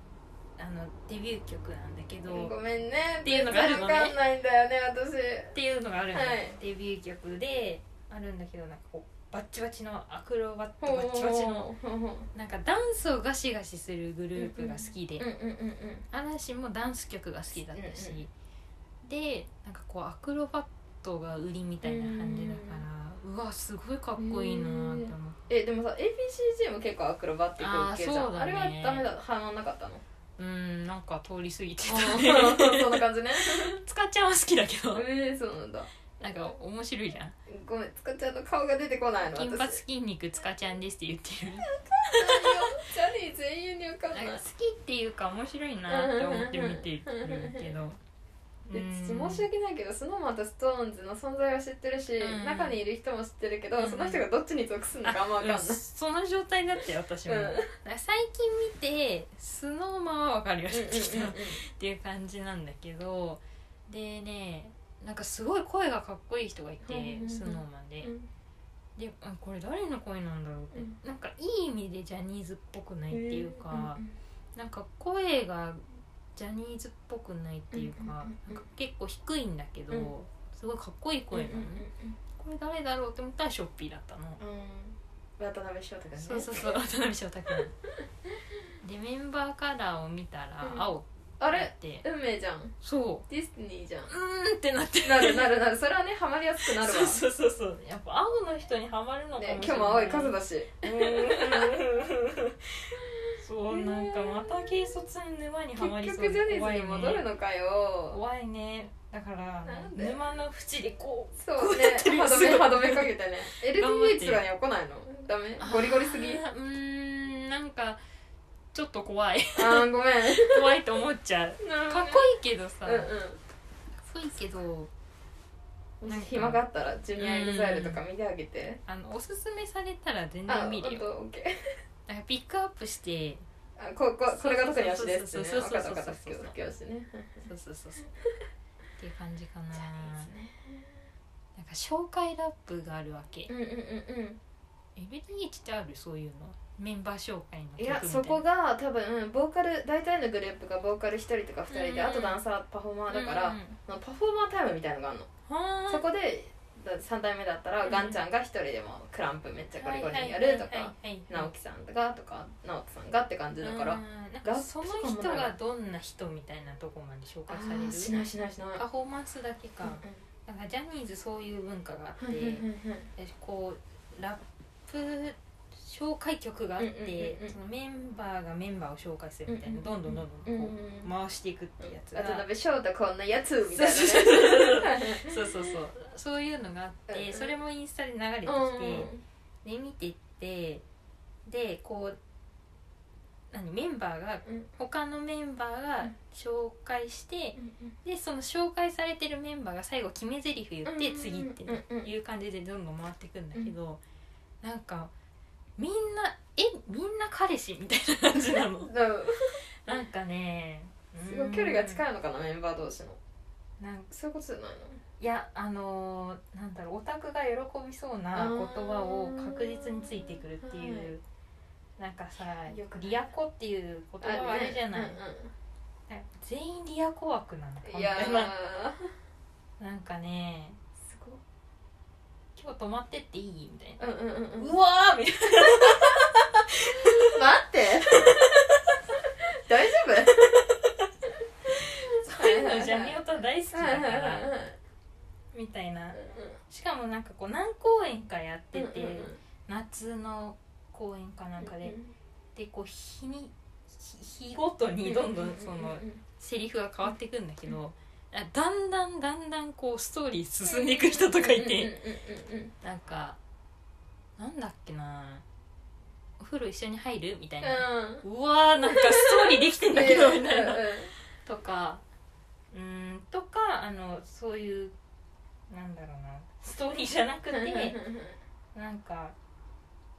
[SPEAKER 2] あのデビュー曲なんだけど、
[SPEAKER 1] ご
[SPEAKER 2] っ
[SPEAKER 1] めんね
[SPEAKER 2] っていうのがあるのね
[SPEAKER 1] わかんないんだよね私
[SPEAKER 2] ていうのがあるのよ、
[SPEAKER 1] はい
[SPEAKER 2] デビュー曲であるんだけどなんかこうバッチバチのアクロバットバッチバチの
[SPEAKER 1] ほうほうほ
[SPEAKER 2] なんかダンスをガシガシするグループが好きで、
[SPEAKER 1] ううんうんうんうん
[SPEAKER 2] 嵐もダンス曲が好きだったし、
[SPEAKER 1] うんうん
[SPEAKER 2] でなんかこうアクロバットが売りみたいな感じだから、うわすごいかっこいいなって思って、
[SPEAKER 1] えでもさ ABCG も結構アクロバッティック系じゃん
[SPEAKER 2] あーそう
[SPEAKER 1] あ,、
[SPEAKER 2] だ
[SPEAKER 1] れ
[SPEAKER 2] ね
[SPEAKER 1] はダメだ反応なかったの
[SPEAKER 2] うんなんか通り過ぎてたね
[SPEAKER 1] そんな感じね
[SPEAKER 2] 使っちゃうは好きだけど
[SPEAKER 1] えー、そうなんだ
[SPEAKER 2] なんか面白いじゃん
[SPEAKER 1] ごめん使っちゃうと顔が出てこない
[SPEAKER 2] 「
[SPEAKER 1] の
[SPEAKER 2] 金髪
[SPEAKER 1] 私
[SPEAKER 2] 筋肉つかちゃんです」って言ってる
[SPEAKER 1] ジャニー全員に浮かんない
[SPEAKER 2] なんか好きっていうか面白いなって思って見てるけど
[SPEAKER 1] でち
[SPEAKER 2] うん
[SPEAKER 1] ょっと申し訳ないけど SnowMan と SixTONES の存在は知ってるし、
[SPEAKER 2] うん
[SPEAKER 1] 中にいる人も知ってるけど、
[SPEAKER 2] うん
[SPEAKER 1] その人がどっちに属するのかあんま分かんない、
[SPEAKER 2] うんその状態だったよ私も、
[SPEAKER 1] うん
[SPEAKER 2] だから最近見てスノーマンは分かるようになってきた
[SPEAKER 1] うんうんうんうん
[SPEAKER 2] っていう感じなんだけどでねなんかすごい声がかっこいい人がいて、
[SPEAKER 1] うんうんうん
[SPEAKER 2] スノーマンで、であこれ誰の声なんだろうって、
[SPEAKER 1] うん
[SPEAKER 2] なんかいい意味でジャニーズっぽくないっていうか、
[SPEAKER 1] うん
[SPEAKER 2] なんか声がジャニーズっぽくないっていうか,、
[SPEAKER 1] うんうんうんうん
[SPEAKER 2] なんか結構低いんだけど、
[SPEAKER 1] うん
[SPEAKER 2] すごいかっこいい声なのね、
[SPEAKER 1] う
[SPEAKER 2] これ誰だろうって思ったらショッピーだったの、
[SPEAKER 1] んうんうんうん渡辺翔太がね
[SPEAKER 2] そうそうそう渡辺翔太 君でメンバーカラーを見たら
[SPEAKER 1] うん
[SPEAKER 2] 青って
[SPEAKER 1] あ
[SPEAKER 2] なっ
[SPEAKER 1] れ
[SPEAKER 2] て
[SPEAKER 1] 運命じゃん
[SPEAKER 2] そ
[SPEAKER 1] ディズニーじゃん
[SPEAKER 2] ううーんってなって
[SPEAKER 1] なるなるなるそれはねハマりやすくなるわ
[SPEAKER 2] そうそうそうそうやっぱ青の人にはまるのかもしれな
[SPEAKER 1] ね
[SPEAKER 2] い、
[SPEAKER 1] 今日も青い数だし
[SPEAKER 2] うーんそうなんかまた軽率に沼にはまり
[SPEAKER 1] 結
[SPEAKER 2] そうで
[SPEAKER 1] 局ジャニーズに
[SPEAKER 2] 怖い
[SPEAKER 1] 戻
[SPEAKER 2] ね
[SPEAKER 1] るのかよ
[SPEAKER 2] 怖いねだから
[SPEAKER 1] なんで
[SPEAKER 2] 沼の縁でこう
[SPEAKER 1] そうね
[SPEAKER 2] てる
[SPEAKER 1] 歯止め歯止めかけてね
[SPEAKER 2] 頑張っ
[SPEAKER 1] LDH
[SPEAKER 2] て
[SPEAKER 1] とかには来ないのダメゴリゴリすぎ
[SPEAKER 2] あーうーんなんかちょっ と怖い
[SPEAKER 1] あーごめん
[SPEAKER 2] 怖いと思っちゃう かっこいいけどさ、
[SPEAKER 1] うん
[SPEAKER 2] かっこいいけど
[SPEAKER 1] うん
[SPEAKER 2] なんか
[SPEAKER 1] 暇があったらジュニアエグザイルとか見てあげて
[SPEAKER 2] あのおすすめされたら全
[SPEAKER 1] あ
[SPEAKER 2] 然見
[SPEAKER 1] 本
[SPEAKER 2] るよ
[SPEAKER 1] 当オッケ
[SPEAKER 2] だからピックアップして
[SPEAKER 1] ーあこここれが特に足ですって
[SPEAKER 2] そう
[SPEAKER 1] ね分
[SPEAKER 2] そうそ
[SPEAKER 1] か
[SPEAKER 2] う
[SPEAKER 1] った
[SPEAKER 2] そう
[SPEAKER 1] 分かった不
[SPEAKER 2] そ
[SPEAKER 1] 況不
[SPEAKER 2] うそうそう
[SPEAKER 1] 況してね
[SPEAKER 2] そうそうそうそうっていう感じかな
[SPEAKER 1] ジャニーズね
[SPEAKER 2] なんか紹介ラップがあるわけ
[SPEAKER 1] うんうんうんうん
[SPEAKER 2] エベノギチってあるそういうのメンバー紹介の
[SPEAKER 1] い
[SPEAKER 2] 曲みた
[SPEAKER 1] や
[SPEAKER 2] いな
[SPEAKER 1] そこが多分ボーカル大体のグループがボーカル1人とか2人で、
[SPEAKER 2] うん
[SPEAKER 1] あとダンサーパフォーマーだから、
[SPEAKER 2] うんうん
[SPEAKER 1] まあパフォーマータイムみたいのがあるの、
[SPEAKER 2] はー
[SPEAKER 1] そこで3代目だったら、
[SPEAKER 2] うん
[SPEAKER 1] ガンちゃんが1人でもクランプめっちゃゴリゴリにやるとか、
[SPEAKER 2] はいはいはいはい
[SPEAKER 1] 直樹さんがとか直樹さんがって感じだから、
[SPEAKER 2] う
[SPEAKER 1] あ
[SPEAKER 2] んなん
[SPEAKER 1] ラッ
[SPEAKER 2] か
[SPEAKER 1] プ
[SPEAKER 2] その
[SPEAKER 1] と
[SPEAKER 2] 人
[SPEAKER 1] かもな
[SPEAKER 2] が
[SPEAKER 1] い
[SPEAKER 2] どんな人みたいなとこまで紹介され
[SPEAKER 1] ーし
[SPEAKER 2] る
[SPEAKER 1] ないしないしない
[SPEAKER 2] パフォーマンスだけか、
[SPEAKER 1] う
[SPEAKER 2] なんかジャニーズそういう文化があっ
[SPEAKER 1] んうんうんう
[SPEAKER 2] て
[SPEAKER 1] んうん
[SPEAKER 2] でこうラップ紹介曲があっ
[SPEAKER 1] うんうん
[SPEAKER 2] て
[SPEAKER 1] うんうん
[SPEAKER 2] そのメンバーがメンバーを紹介するみたい
[SPEAKER 1] う
[SPEAKER 2] な
[SPEAKER 1] んうん
[SPEAKER 2] ど
[SPEAKER 1] うんん
[SPEAKER 2] どんどんどんこう回していくってやつが
[SPEAKER 1] 渡辺翔太こんなやつみたい
[SPEAKER 2] そうそう
[SPEAKER 1] なね
[SPEAKER 2] そうそうそうそういうのがあっ
[SPEAKER 1] うんう
[SPEAKER 2] て
[SPEAKER 1] ん
[SPEAKER 2] それもインスタで流れてきてで見てってでこう何メンバーが
[SPEAKER 1] うん
[SPEAKER 2] 他のメンバーが紹介して
[SPEAKER 1] うん
[SPEAKER 2] でその紹介されてるメンバーが最後決め台詞言って
[SPEAKER 1] うん
[SPEAKER 2] 次って
[SPEAKER 1] うんうん
[SPEAKER 2] いう感じでどんどん回っていくんだけどなんかみんなえみんな彼氏みたいな感じな の
[SPEAKER 1] だから
[SPEAKER 2] なんかねうん
[SPEAKER 1] すごい距離が近いのかなメンバー同士の
[SPEAKER 2] なんか
[SPEAKER 1] そういうことじゃないの
[SPEAKER 2] いやあのーなんだろうオタクが喜びそうな言葉を確実についてくるっていう、
[SPEAKER 1] あーは
[SPEAKER 2] なんかさ
[SPEAKER 1] よくない
[SPEAKER 2] リアコっていう言葉はあれじゃない、
[SPEAKER 1] うん
[SPEAKER 2] なんか全員リアコ枠なのか
[SPEAKER 1] うん
[SPEAKER 2] みた
[SPEAKER 1] い
[SPEAKER 2] い
[SPEAKER 1] やー
[SPEAKER 2] ななんかね
[SPEAKER 1] すご
[SPEAKER 2] 今日泊まってっていいみたいな、
[SPEAKER 1] いうんうんうんうん
[SPEAKER 2] うわーみたい
[SPEAKER 1] 待って大丈夫
[SPEAKER 2] なそういうのジャニオタ大好きだか
[SPEAKER 1] うんうん
[SPEAKER 2] ら
[SPEAKER 1] うん
[SPEAKER 2] みたいな
[SPEAKER 1] う
[SPEAKER 2] しかもなんかこう何公演かやって
[SPEAKER 1] んうん
[SPEAKER 2] て、夏の公演かなんかで、でこう日に日日ごとにどんどんその、セリフが変わっていくんだけど、あだんだんだんだんこうストーリー進んでいく人とかいて、なんかなんだっけなお風呂一緒に入るみたいな、うわーなんかストーリーできてんだけどみたいな、とかうーんとかあのそういうなんだろうなストーリーじゃなくてなんか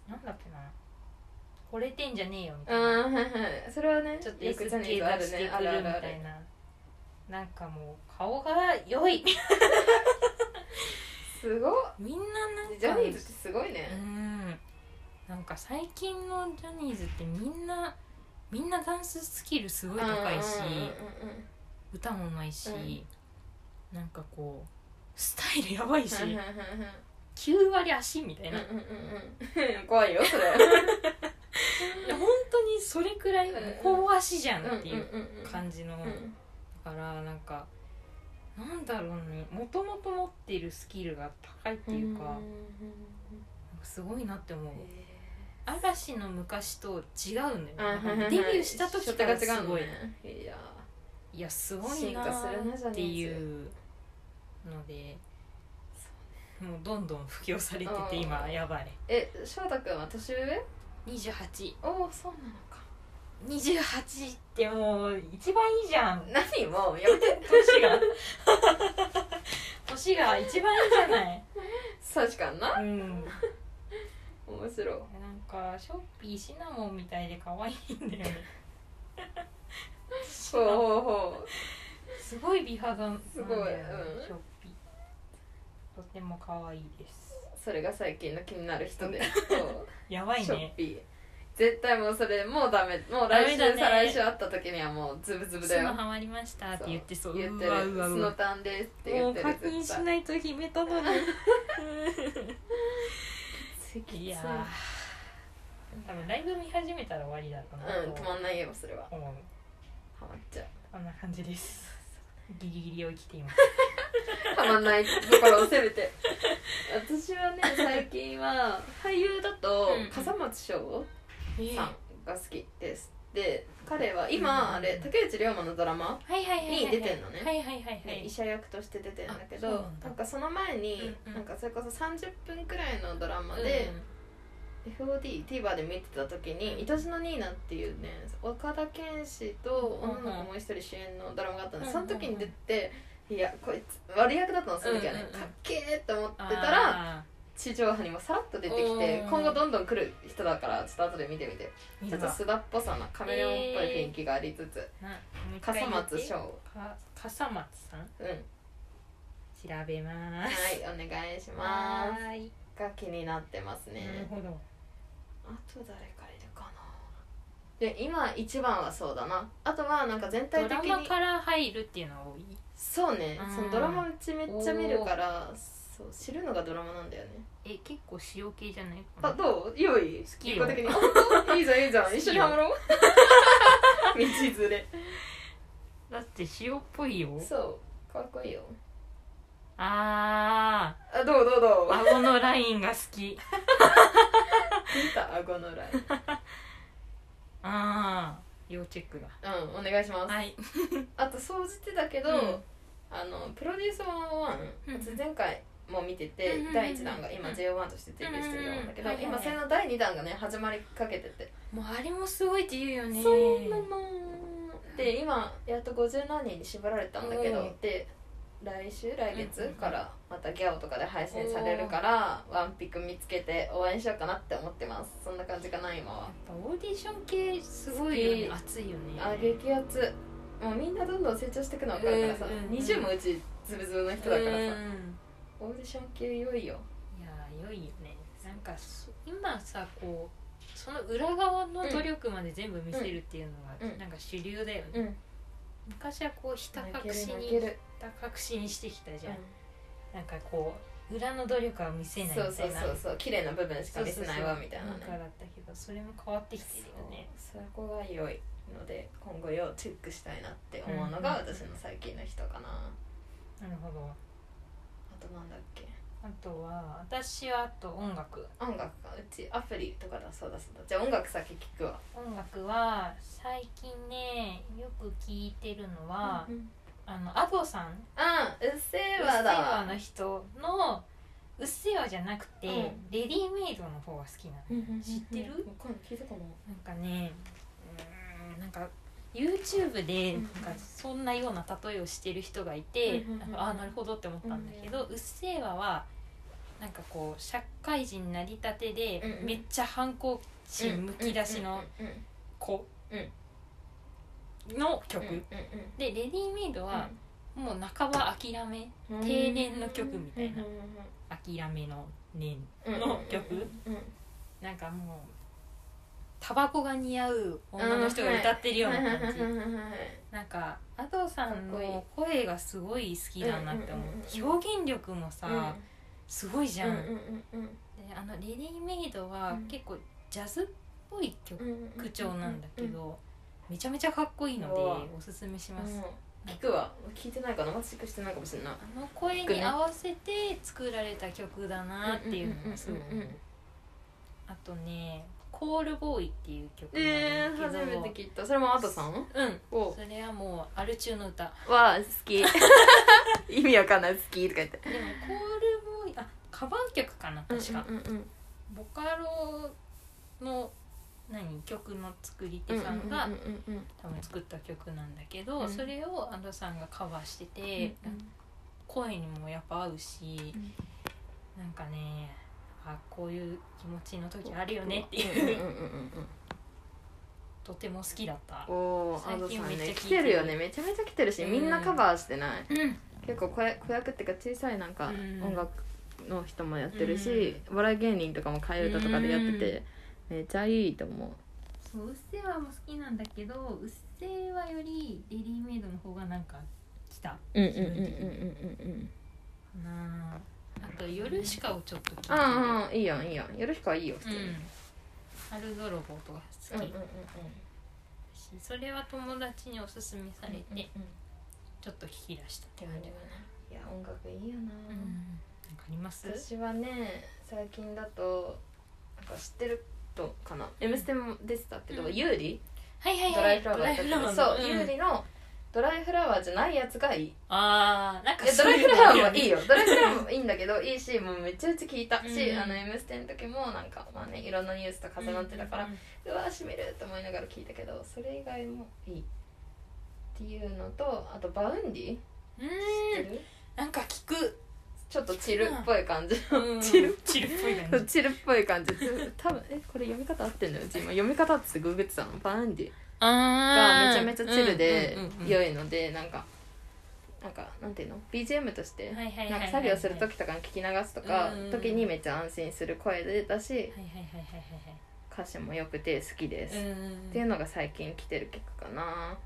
[SPEAKER 2] なんだっけな惚れてんじゃねえよみたいな。
[SPEAKER 1] それはね
[SPEAKER 2] ちょっと
[SPEAKER 1] よく
[SPEAKER 2] S 系
[SPEAKER 1] ジャ
[SPEAKER 2] 出
[SPEAKER 1] ニ
[SPEAKER 2] して
[SPEAKER 1] ーズ
[SPEAKER 2] く
[SPEAKER 1] あ
[SPEAKER 2] る
[SPEAKER 1] る
[SPEAKER 2] み
[SPEAKER 1] ねあるあ
[SPEAKER 2] たい
[SPEAKER 1] る
[SPEAKER 2] な
[SPEAKER 1] ある
[SPEAKER 2] なんかもう顔が良い
[SPEAKER 1] すごっ
[SPEAKER 2] みんななんか
[SPEAKER 1] ジャニーズってすごいうね
[SPEAKER 2] んなんか最近のジャニーズってみんなみんなダンススキルすごい高いし歌もうまいし、なんかこうスタイルやばいし9割足みたいな、
[SPEAKER 1] 怖いよそれ
[SPEAKER 2] いや本当にそれくらいもう高足じゃんっていう感じの、だからなんかなんだろうねもともと持っているスキルが高いっていうか、すごいなって思う嵐の昔と違うんだよ、ね、デビューした時からすごい、
[SPEAKER 1] いや
[SPEAKER 2] いやすごいなーっていうのでもうどんどん布教されてて今やばい
[SPEAKER 1] え翔太君は年上
[SPEAKER 2] 2828
[SPEAKER 1] おおそうなのか
[SPEAKER 2] ってもう一番いいじ ゃん
[SPEAKER 1] 何もうやめて
[SPEAKER 2] 年が年が一番いいじゃない
[SPEAKER 1] 確かにな
[SPEAKER 2] うん
[SPEAKER 1] 面白い
[SPEAKER 2] なんかショッピーシナモンみたいで可愛いんだよね
[SPEAKER 1] ほうほうほう
[SPEAKER 2] すごい美肌なんだよ、ね、
[SPEAKER 1] すごいうん
[SPEAKER 2] ショッピーとても可愛いです
[SPEAKER 1] それが最近の気になる人で
[SPEAKER 2] やばい
[SPEAKER 1] ショッ
[SPEAKER 2] ね
[SPEAKER 1] ピー絶対もうそれもうダメもう来週、
[SPEAKER 2] ダメだね
[SPEAKER 1] 再来週会った時にはもうズブズブだ
[SPEAKER 2] 角
[SPEAKER 1] よ
[SPEAKER 2] ハマりましたって言ってそう
[SPEAKER 1] 言ってる
[SPEAKER 2] うわうわ
[SPEAKER 1] ス
[SPEAKER 2] う
[SPEAKER 1] ノ
[SPEAKER 2] わ
[SPEAKER 1] タンですって言っ
[SPEAKER 2] もう
[SPEAKER 1] て
[SPEAKER 2] 課
[SPEAKER 1] る
[SPEAKER 2] 金
[SPEAKER 1] 絶
[SPEAKER 2] し
[SPEAKER 1] 対
[SPEAKER 2] ないと決めたのにいやー多分ライブ見始めたら終わりだろう
[SPEAKER 1] うん
[SPEAKER 2] な
[SPEAKER 1] 止
[SPEAKER 2] と
[SPEAKER 1] まんないよそれは
[SPEAKER 2] 思う
[SPEAKER 1] ハマっちゃう
[SPEAKER 2] こんな感じですギリギリを生きています
[SPEAKER 1] ハマんないところをせめて 私はね最近は俳優だと
[SPEAKER 2] うん
[SPEAKER 1] 笠松翔
[SPEAKER 2] はい
[SPEAKER 1] さんが好きですで彼は
[SPEAKER 2] う
[SPEAKER 1] 今
[SPEAKER 2] ん
[SPEAKER 1] あれ竹内涼真のドラマ
[SPEAKER 2] はいはいはい
[SPEAKER 1] に出てんのね
[SPEAKER 2] はいはいはいは
[SPEAKER 1] ね
[SPEAKER 2] い
[SPEAKER 1] 医者役として出てるんだけど
[SPEAKER 2] あそ
[SPEAKER 1] な
[SPEAKER 2] うなんんだ
[SPEAKER 1] かその前に、
[SPEAKER 2] うんうん
[SPEAKER 1] なんかそれこそ30分くらいのドラマで、FODTVer で見てた時に「愛しのニーナ」っていうね岡田健志と女の子もう一人主演のドラマがあったんで
[SPEAKER 2] うん
[SPEAKER 1] その時に出ていやこいつ悪役だったのその時はね
[SPEAKER 2] うんうんうん
[SPEAKER 1] かっけーって思って
[SPEAKER 2] うん
[SPEAKER 1] たら地上波にもさらっと出てきて
[SPEAKER 2] おー
[SPEAKER 1] 今後どんどん来る人だからちょっと後で見てみて
[SPEAKER 2] 見
[SPEAKER 1] ちょ
[SPEAKER 2] る
[SPEAKER 1] っと
[SPEAKER 2] わ
[SPEAKER 1] 須田っぽさなカメレオンっぽい雰囲気がありつつ
[SPEAKER 2] なもう一回
[SPEAKER 1] 笠松
[SPEAKER 2] 言って
[SPEAKER 1] 翔
[SPEAKER 2] か笠松さん
[SPEAKER 1] うん
[SPEAKER 2] 調べま
[SPEAKER 1] は
[SPEAKER 2] す
[SPEAKER 1] いお願いします
[SPEAKER 2] ーい
[SPEAKER 1] が気になってますね、
[SPEAKER 2] なるほど
[SPEAKER 1] あと誰かいるかなで今一番はそうだなあとはなんか全体
[SPEAKER 2] ド
[SPEAKER 1] 的
[SPEAKER 2] ラ
[SPEAKER 1] に
[SPEAKER 2] マから入るっていうのは多い
[SPEAKER 1] そうね
[SPEAKER 2] うん
[SPEAKER 1] そのドラマうちめっちゃ見るからそう知るのがドラマなんだよね
[SPEAKER 2] え結構塩系じゃない
[SPEAKER 1] あどう良い
[SPEAKER 2] きよ
[SPEAKER 1] 一個的にあ 本当いいじゃんいいじゃ
[SPEAKER 2] 好き
[SPEAKER 1] ん
[SPEAKER 2] よ
[SPEAKER 1] 一緒にハマろう 道連れ
[SPEAKER 2] だって塩っぽいよ
[SPEAKER 1] そうかっこいいよ
[SPEAKER 2] あ
[SPEAKER 1] あどうどうどう
[SPEAKER 2] ー顎のラインが好き
[SPEAKER 1] 見た顎のライン
[SPEAKER 2] ああ要チェックだ
[SPEAKER 1] うんお願いします
[SPEAKER 2] はい
[SPEAKER 1] あと総じてだけど、
[SPEAKER 2] うん
[SPEAKER 1] あのプロデュース101、
[SPEAKER 2] うん
[SPEAKER 1] 私前回も見てて、
[SPEAKER 2] うんうんうん
[SPEAKER 1] 第1弾が今 JO1 としてデビューしてると思うんだけど、
[SPEAKER 2] うんうんうん
[SPEAKER 1] 今それの第2弾がね始まりかけてて、
[SPEAKER 2] もうあれもすごいって言うよね
[SPEAKER 1] そうなので今やっと50何人に縛られたんだけど、
[SPEAKER 2] うん
[SPEAKER 1] で来週来
[SPEAKER 2] うんう
[SPEAKER 1] 月
[SPEAKER 2] んうん
[SPEAKER 1] からまたギャオとかで配信されるから、ワンピク見つけて応援しようかなって思ってますそんな感じかな今は
[SPEAKER 2] やっぱオーディション系すごいよね
[SPEAKER 1] 好
[SPEAKER 2] 熱いよね
[SPEAKER 1] あ激アツもうみんなどんどん成長していくの分かるからさ、
[SPEAKER 2] うんうんうん
[SPEAKER 1] 20もうちズブズブの人だからさ、
[SPEAKER 2] うん
[SPEAKER 1] オーディション系良いよ
[SPEAKER 2] いやー良いよねなんかそ今さこうその裏側の努力まで全部見せるっていうのが、
[SPEAKER 1] うん
[SPEAKER 2] なんか主流だよね、
[SPEAKER 1] うん
[SPEAKER 2] 昔はこうひた
[SPEAKER 1] 泣け
[SPEAKER 2] 隠
[SPEAKER 1] る
[SPEAKER 2] し
[SPEAKER 1] 泣
[SPEAKER 2] に
[SPEAKER 1] ける
[SPEAKER 2] ひた隠しにしてきたじゃん、なんかこう裏の努力は見せないみた
[SPEAKER 1] そ
[SPEAKER 2] いうな
[SPEAKER 1] そうそうそう綺麗な部分しか見せないわみたいな
[SPEAKER 2] 文化
[SPEAKER 1] ね
[SPEAKER 2] だったけどそれも変わってきてるよね
[SPEAKER 1] そうそこが良いので今後要チェックしたいなって思うのが
[SPEAKER 2] うん
[SPEAKER 1] 私の最近の人かなあ
[SPEAKER 2] なるほど
[SPEAKER 1] となんだっけ
[SPEAKER 2] あとは私はあと音楽
[SPEAKER 1] 音楽かうちアプリとかだそうだそうだじゃあ音楽先聞くわ
[SPEAKER 2] 音楽は最近ねよく聞いてるのは、
[SPEAKER 1] うん
[SPEAKER 2] あのアドさん
[SPEAKER 1] あうっせ
[SPEAKER 2] う
[SPEAKER 1] ぇ
[SPEAKER 2] っせ
[SPEAKER 1] わ
[SPEAKER 2] ぇわ
[SPEAKER 1] だ
[SPEAKER 2] の人のうっせぇわじゃなくて、
[SPEAKER 1] うん
[SPEAKER 2] レディメイドの方が好きなの知ってる
[SPEAKER 1] わかんない聞いたかな
[SPEAKER 2] なんかねうーんなんか YouTube で
[SPEAKER 1] う
[SPEAKER 2] なんんかそんなような例えをしてる人がいて、
[SPEAKER 1] うんうんうん
[SPEAKER 2] なんかああなるほどって思ったんだけど、うっせぇわはなんかこう社会人になりたてで、
[SPEAKER 1] うんうん
[SPEAKER 2] めっちゃ反抗心むき出しの
[SPEAKER 1] うんうんうん
[SPEAKER 2] 子
[SPEAKER 1] うん
[SPEAKER 2] の曲、
[SPEAKER 1] うんうん
[SPEAKER 2] でレディメイド
[SPEAKER 1] うん
[SPEAKER 2] はもう半ば諦め
[SPEAKER 1] うん
[SPEAKER 2] 定年の曲みたいな
[SPEAKER 1] うんうんうん
[SPEAKER 2] 諦めの年
[SPEAKER 1] うん
[SPEAKER 2] の曲
[SPEAKER 1] うん
[SPEAKER 2] なんかもうタバコが似合う女の人が歌ってるような感じ、
[SPEAKER 1] うんはいはいはいはいはい
[SPEAKER 2] なんか阿藤さん
[SPEAKER 1] かっこいい
[SPEAKER 2] の声がすごい好きだなって思
[SPEAKER 1] うんうん
[SPEAKER 2] って
[SPEAKER 1] うん
[SPEAKER 2] 表現力もさ、
[SPEAKER 1] うん
[SPEAKER 2] すごいじゃん、
[SPEAKER 1] うんうんうん
[SPEAKER 2] であの「レディメイド」は
[SPEAKER 1] うん
[SPEAKER 2] 結構ジャズっぽい
[SPEAKER 1] う
[SPEAKER 2] 曲
[SPEAKER 1] んうんうん
[SPEAKER 2] 調なんだけど、めちゃめちゃかっこいいので
[SPEAKER 1] うわ
[SPEAKER 2] おすすめ
[SPEAKER 1] う
[SPEAKER 2] し
[SPEAKER 1] ん
[SPEAKER 2] ます、
[SPEAKER 1] 聞くわ聞いてないかなまだチェックしてないかもしれない
[SPEAKER 2] あの声に合わせて作られた曲だなっていうのがすごい思う
[SPEAKER 1] うんうんうんうん
[SPEAKER 2] あとね「コールボーイ」っていう曲なん
[SPEAKER 1] えー、
[SPEAKER 2] だ
[SPEAKER 1] 初
[SPEAKER 2] けど
[SPEAKER 1] めて聞いたそれもアトさん
[SPEAKER 2] うん
[SPEAKER 1] お
[SPEAKER 2] それはもうアル中の歌
[SPEAKER 1] わあ好き 意味わかんない好きとか言って
[SPEAKER 2] でもコールボーイあカバー曲かな確か、
[SPEAKER 1] うんうん
[SPEAKER 2] ボカロの何曲の作り
[SPEAKER 1] うん
[SPEAKER 2] 手さんが
[SPEAKER 1] うんうんうんうん
[SPEAKER 2] 多分作った曲なんだけど、
[SPEAKER 1] うん
[SPEAKER 2] それを安藤さんがカバーしてて、声にもやっぱ合うし、
[SPEAKER 1] うん
[SPEAKER 2] なんかねあこういう気持ちの時あるよねって
[SPEAKER 1] うんう
[SPEAKER 2] い
[SPEAKER 1] ん
[SPEAKER 2] う
[SPEAKER 1] うんうん
[SPEAKER 2] とても好きだった
[SPEAKER 1] うんおー
[SPEAKER 2] 最
[SPEAKER 1] アト
[SPEAKER 2] 近
[SPEAKER 1] さん
[SPEAKER 2] め
[SPEAKER 1] ね
[SPEAKER 2] っちゃ
[SPEAKER 1] 来
[SPEAKER 2] 聞いてる
[SPEAKER 1] てるよねめちゃめちゃ来てるしみんなカバーしてない
[SPEAKER 2] うん
[SPEAKER 1] 結構子役子役っていうか小さいなんか
[SPEAKER 2] うん
[SPEAKER 1] 音楽の人もやってるし、お笑い芸人とかも替え歌とかでやってて、めっちゃいいと思う
[SPEAKER 2] そう「うっせぇわ」も好きなんだけど「うっせぇわ」より「レディメイド」の方がなんか来た
[SPEAKER 1] うんうんうんうんうんうん
[SPEAKER 2] なああと「夜しか」をちょっと聞いてる
[SPEAKER 1] ああいいやんいいやんよろしくはいいよ普通に、
[SPEAKER 2] うん春泥棒とか好きだし、それは友達におすすめされて、
[SPEAKER 1] うんうんうん、っ
[SPEAKER 2] ちょっと聞き出したって
[SPEAKER 1] 感じかないや音楽いいよな、
[SPEAKER 2] うんなんかあります
[SPEAKER 1] 私はね最近だとなんか知ってるとかな「M ステ」も出てたけど
[SPEAKER 2] う
[SPEAKER 1] 「
[SPEAKER 2] ん
[SPEAKER 1] ユーリ
[SPEAKER 2] はいはい
[SPEAKER 1] ド
[SPEAKER 2] は
[SPEAKER 1] ラ
[SPEAKER 2] い
[SPEAKER 1] イフラワーだったけど
[SPEAKER 2] の
[SPEAKER 1] そう、
[SPEAKER 2] ん
[SPEAKER 1] ユーリのドライフラワーじゃないやつがいい
[SPEAKER 2] あーなんか
[SPEAKER 1] いやド
[SPEAKER 2] そう
[SPEAKER 1] ライ
[SPEAKER 2] いう
[SPEAKER 1] フラ
[SPEAKER 2] の
[SPEAKER 1] ワ
[SPEAKER 2] ある
[SPEAKER 1] ー
[SPEAKER 2] よ
[SPEAKER 1] も
[SPEAKER 2] ね
[SPEAKER 1] いいよドライフラワーもいいんだけどいいしもうめっちゃうち聞いたし、
[SPEAKER 2] うん
[SPEAKER 1] あの「M ステ」の時もなんかまあねいろんなニュースと重なってたから、う
[SPEAKER 2] うんうん
[SPEAKER 1] わしみると思いながら聞いたけどそれ以外もいいっていうのとあとバウンディ、
[SPEAKER 2] うん
[SPEAKER 1] 知ってる
[SPEAKER 2] なんか聞く
[SPEAKER 1] ちょっとチルっぽい感じ
[SPEAKER 2] うん
[SPEAKER 1] チル
[SPEAKER 2] チルっぽい感
[SPEAKER 1] そう
[SPEAKER 2] じ
[SPEAKER 1] チルっぽい感じ多分えこれ読み方合ってんのようち今読み方ってググってたのバウンディ
[SPEAKER 2] あ
[SPEAKER 1] がめちゃめちゃチルで
[SPEAKER 2] うんうんうんうん
[SPEAKER 1] 良いのでなんかなんかなんていうの BGM として
[SPEAKER 2] はいはいはい
[SPEAKER 1] なんか作業する時とかに聞き流すとか
[SPEAKER 2] うん
[SPEAKER 1] 時にめっちゃ安心する声でだし
[SPEAKER 2] はいはいはいはいはいはい
[SPEAKER 1] 歌詞も良くて好きです、
[SPEAKER 2] うん
[SPEAKER 1] っていうのが最近来てる曲かな、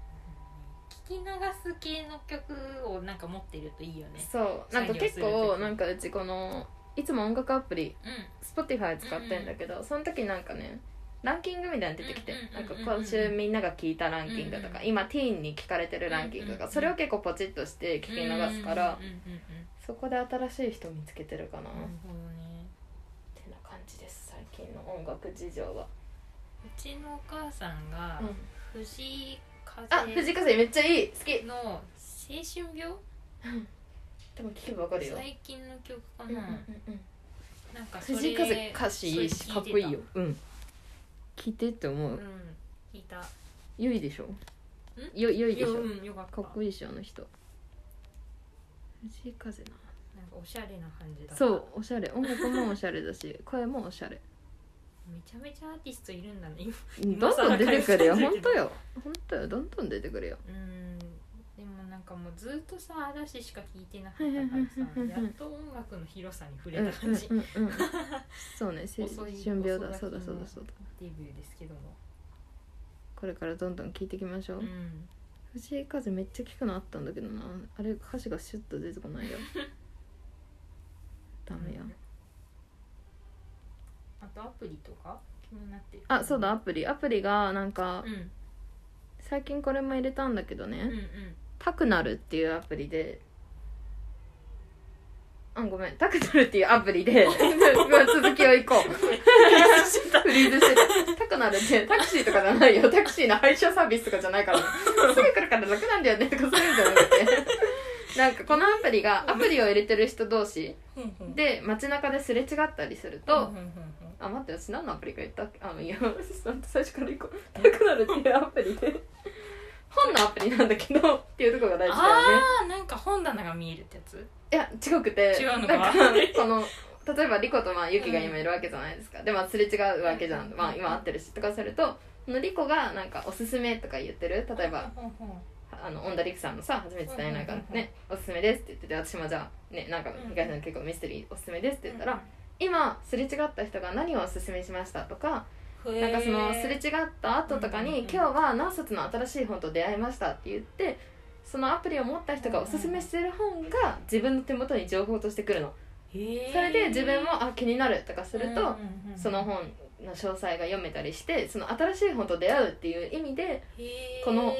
[SPEAKER 2] 聞き流す系の曲をなんか持ってるといいよね
[SPEAKER 1] そうなんか結
[SPEAKER 2] 作業する
[SPEAKER 1] 構
[SPEAKER 2] 時
[SPEAKER 1] なんかうちこのいつも音楽アプリ
[SPEAKER 2] うん
[SPEAKER 1] Spotify 使ってんだけど、その時なんかねランキングみたいに出てきて、
[SPEAKER 2] うんうんうん
[SPEAKER 1] なんか
[SPEAKER 2] うん
[SPEAKER 1] 今週みんなが聞いたランキングとか、
[SPEAKER 2] うん
[SPEAKER 1] 今ティーンに聞かれてるランキングが、
[SPEAKER 2] うんうんうん
[SPEAKER 1] それを結構ポチッとして聞き流すから、
[SPEAKER 2] うんうんうんうん
[SPEAKER 1] そこで新しい人見つけてるかな、
[SPEAKER 2] な
[SPEAKER 1] っ
[SPEAKER 2] るほどね
[SPEAKER 1] てな感じです最近の音楽事情は、
[SPEAKER 2] うちのお母さんが藤井
[SPEAKER 1] あ
[SPEAKER 2] 風
[SPEAKER 1] 藤川さんめっちゃいい好き
[SPEAKER 2] の青春病
[SPEAKER 1] でも聞けばわかるよ
[SPEAKER 2] 最近の曲か
[SPEAKER 1] うんうん
[SPEAKER 2] な
[SPEAKER 1] うんうん
[SPEAKER 2] なんかそれ
[SPEAKER 1] 藤井風歌詞いいしか
[SPEAKER 2] それ
[SPEAKER 1] っ
[SPEAKER 2] 聞てた
[SPEAKER 1] こいいようん聞いてって思
[SPEAKER 2] う
[SPEAKER 1] うん
[SPEAKER 2] 聞いた
[SPEAKER 1] 良いでしょよ良いでしょ
[SPEAKER 2] ようんよかった
[SPEAKER 1] かっこいいしあの人藤井風な
[SPEAKER 2] なんかおしゃれな感じだった
[SPEAKER 1] そうおしゃれ音楽もおしゃれだし声もおしゃれ
[SPEAKER 2] めちゃめちゃアーティストいるんだね今
[SPEAKER 1] どんど
[SPEAKER 2] 今更
[SPEAKER 1] ん出てくるよ
[SPEAKER 2] 解散
[SPEAKER 1] 本
[SPEAKER 2] でき
[SPEAKER 1] 当
[SPEAKER 2] ない
[SPEAKER 1] よ本当よどんどん出てくるよ
[SPEAKER 2] うんでもなんかもうずっとさ嵐しか聴いてなかった
[SPEAKER 1] はいはいはいは
[SPEAKER 2] か
[SPEAKER 1] い
[SPEAKER 2] ら
[SPEAKER 1] はい
[SPEAKER 2] さやっと音楽の広さに触
[SPEAKER 1] うんうん
[SPEAKER 2] れた感じ、
[SPEAKER 1] うんうんそうね青
[SPEAKER 2] 遅い
[SPEAKER 1] 春病だ
[SPEAKER 2] 遅咲き
[SPEAKER 1] そうだそうだ
[SPEAKER 2] の
[SPEAKER 1] そうだ
[SPEAKER 2] デビューですけども
[SPEAKER 1] これからどんどん聞いていきましょう、
[SPEAKER 2] うん
[SPEAKER 1] 藤井風めっちゃ聞くのあったんだけどなあれ歌詞がシュッと出てこ ないよダメよ
[SPEAKER 2] あとアプリとか気になってる
[SPEAKER 1] あそうだアプリアプリがなんか
[SPEAKER 2] うんうん
[SPEAKER 1] 最近これも入れたんだけどね、
[SPEAKER 2] うん
[SPEAKER 1] タクナルっていうアプリであごめんタクナルっていうアプリ で ごめん続きをいこうフリーズしてたタクナルってタクシーとかじゃないよタクシーの配車サービスとかじゃないから、すぐ来るから楽なんだよねとかそういうんじゃなくてなんかこのアプリがアプリを入れてる人同士
[SPEAKER 2] ふんふ ん
[SPEAKER 1] で街中ですれ違ったりすると、
[SPEAKER 2] ふんふんふんふん
[SPEAKER 1] あ待って私何のアプリか言ったっけあのいや最初から行こうタクナルっていうアプリで本のアプリなんだけどっていうところが大事だよね
[SPEAKER 2] あーなんか本棚が見えるってやつ
[SPEAKER 1] いや違くて
[SPEAKER 2] 違うのか
[SPEAKER 1] なんかその例えばリコとまあユキが今いるわけじゃないですか、でまあすれ違うわけじゃん、まあ、今会ってるしとかするとそのリコがなんかおすすめとか言ってる例えば
[SPEAKER 2] ほんほんほん
[SPEAKER 1] あの恩田陸さんのさ初めて伝えなんか
[SPEAKER 2] うんうんうんうん
[SPEAKER 1] ねおすすめですって言ってて私もじゃあねなんか
[SPEAKER 2] うん
[SPEAKER 1] 東さん結構ミステリーおすすめですって言ったら、今すれ違った人が何をおすすめしましたとか
[SPEAKER 2] へー
[SPEAKER 1] なんかそのすれ違った後とかに、
[SPEAKER 2] うんうんう
[SPEAKER 1] 今
[SPEAKER 2] ん
[SPEAKER 1] 日は何冊の新しい本と出会いましたって言ってそのアプリを持った人がおすすめしてる本が自分の手元に情報としてくるの、
[SPEAKER 2] へー
[SPEAKER 1] それで自分もあ気になるとかすると、
[SPEAKER 2] うんうんうん
[SPEAKER 1] その本の詳細が読めたりしてその新しい本と出会うっていう意味で
[SPEAKER 2] へー
[SPEAKER 1] この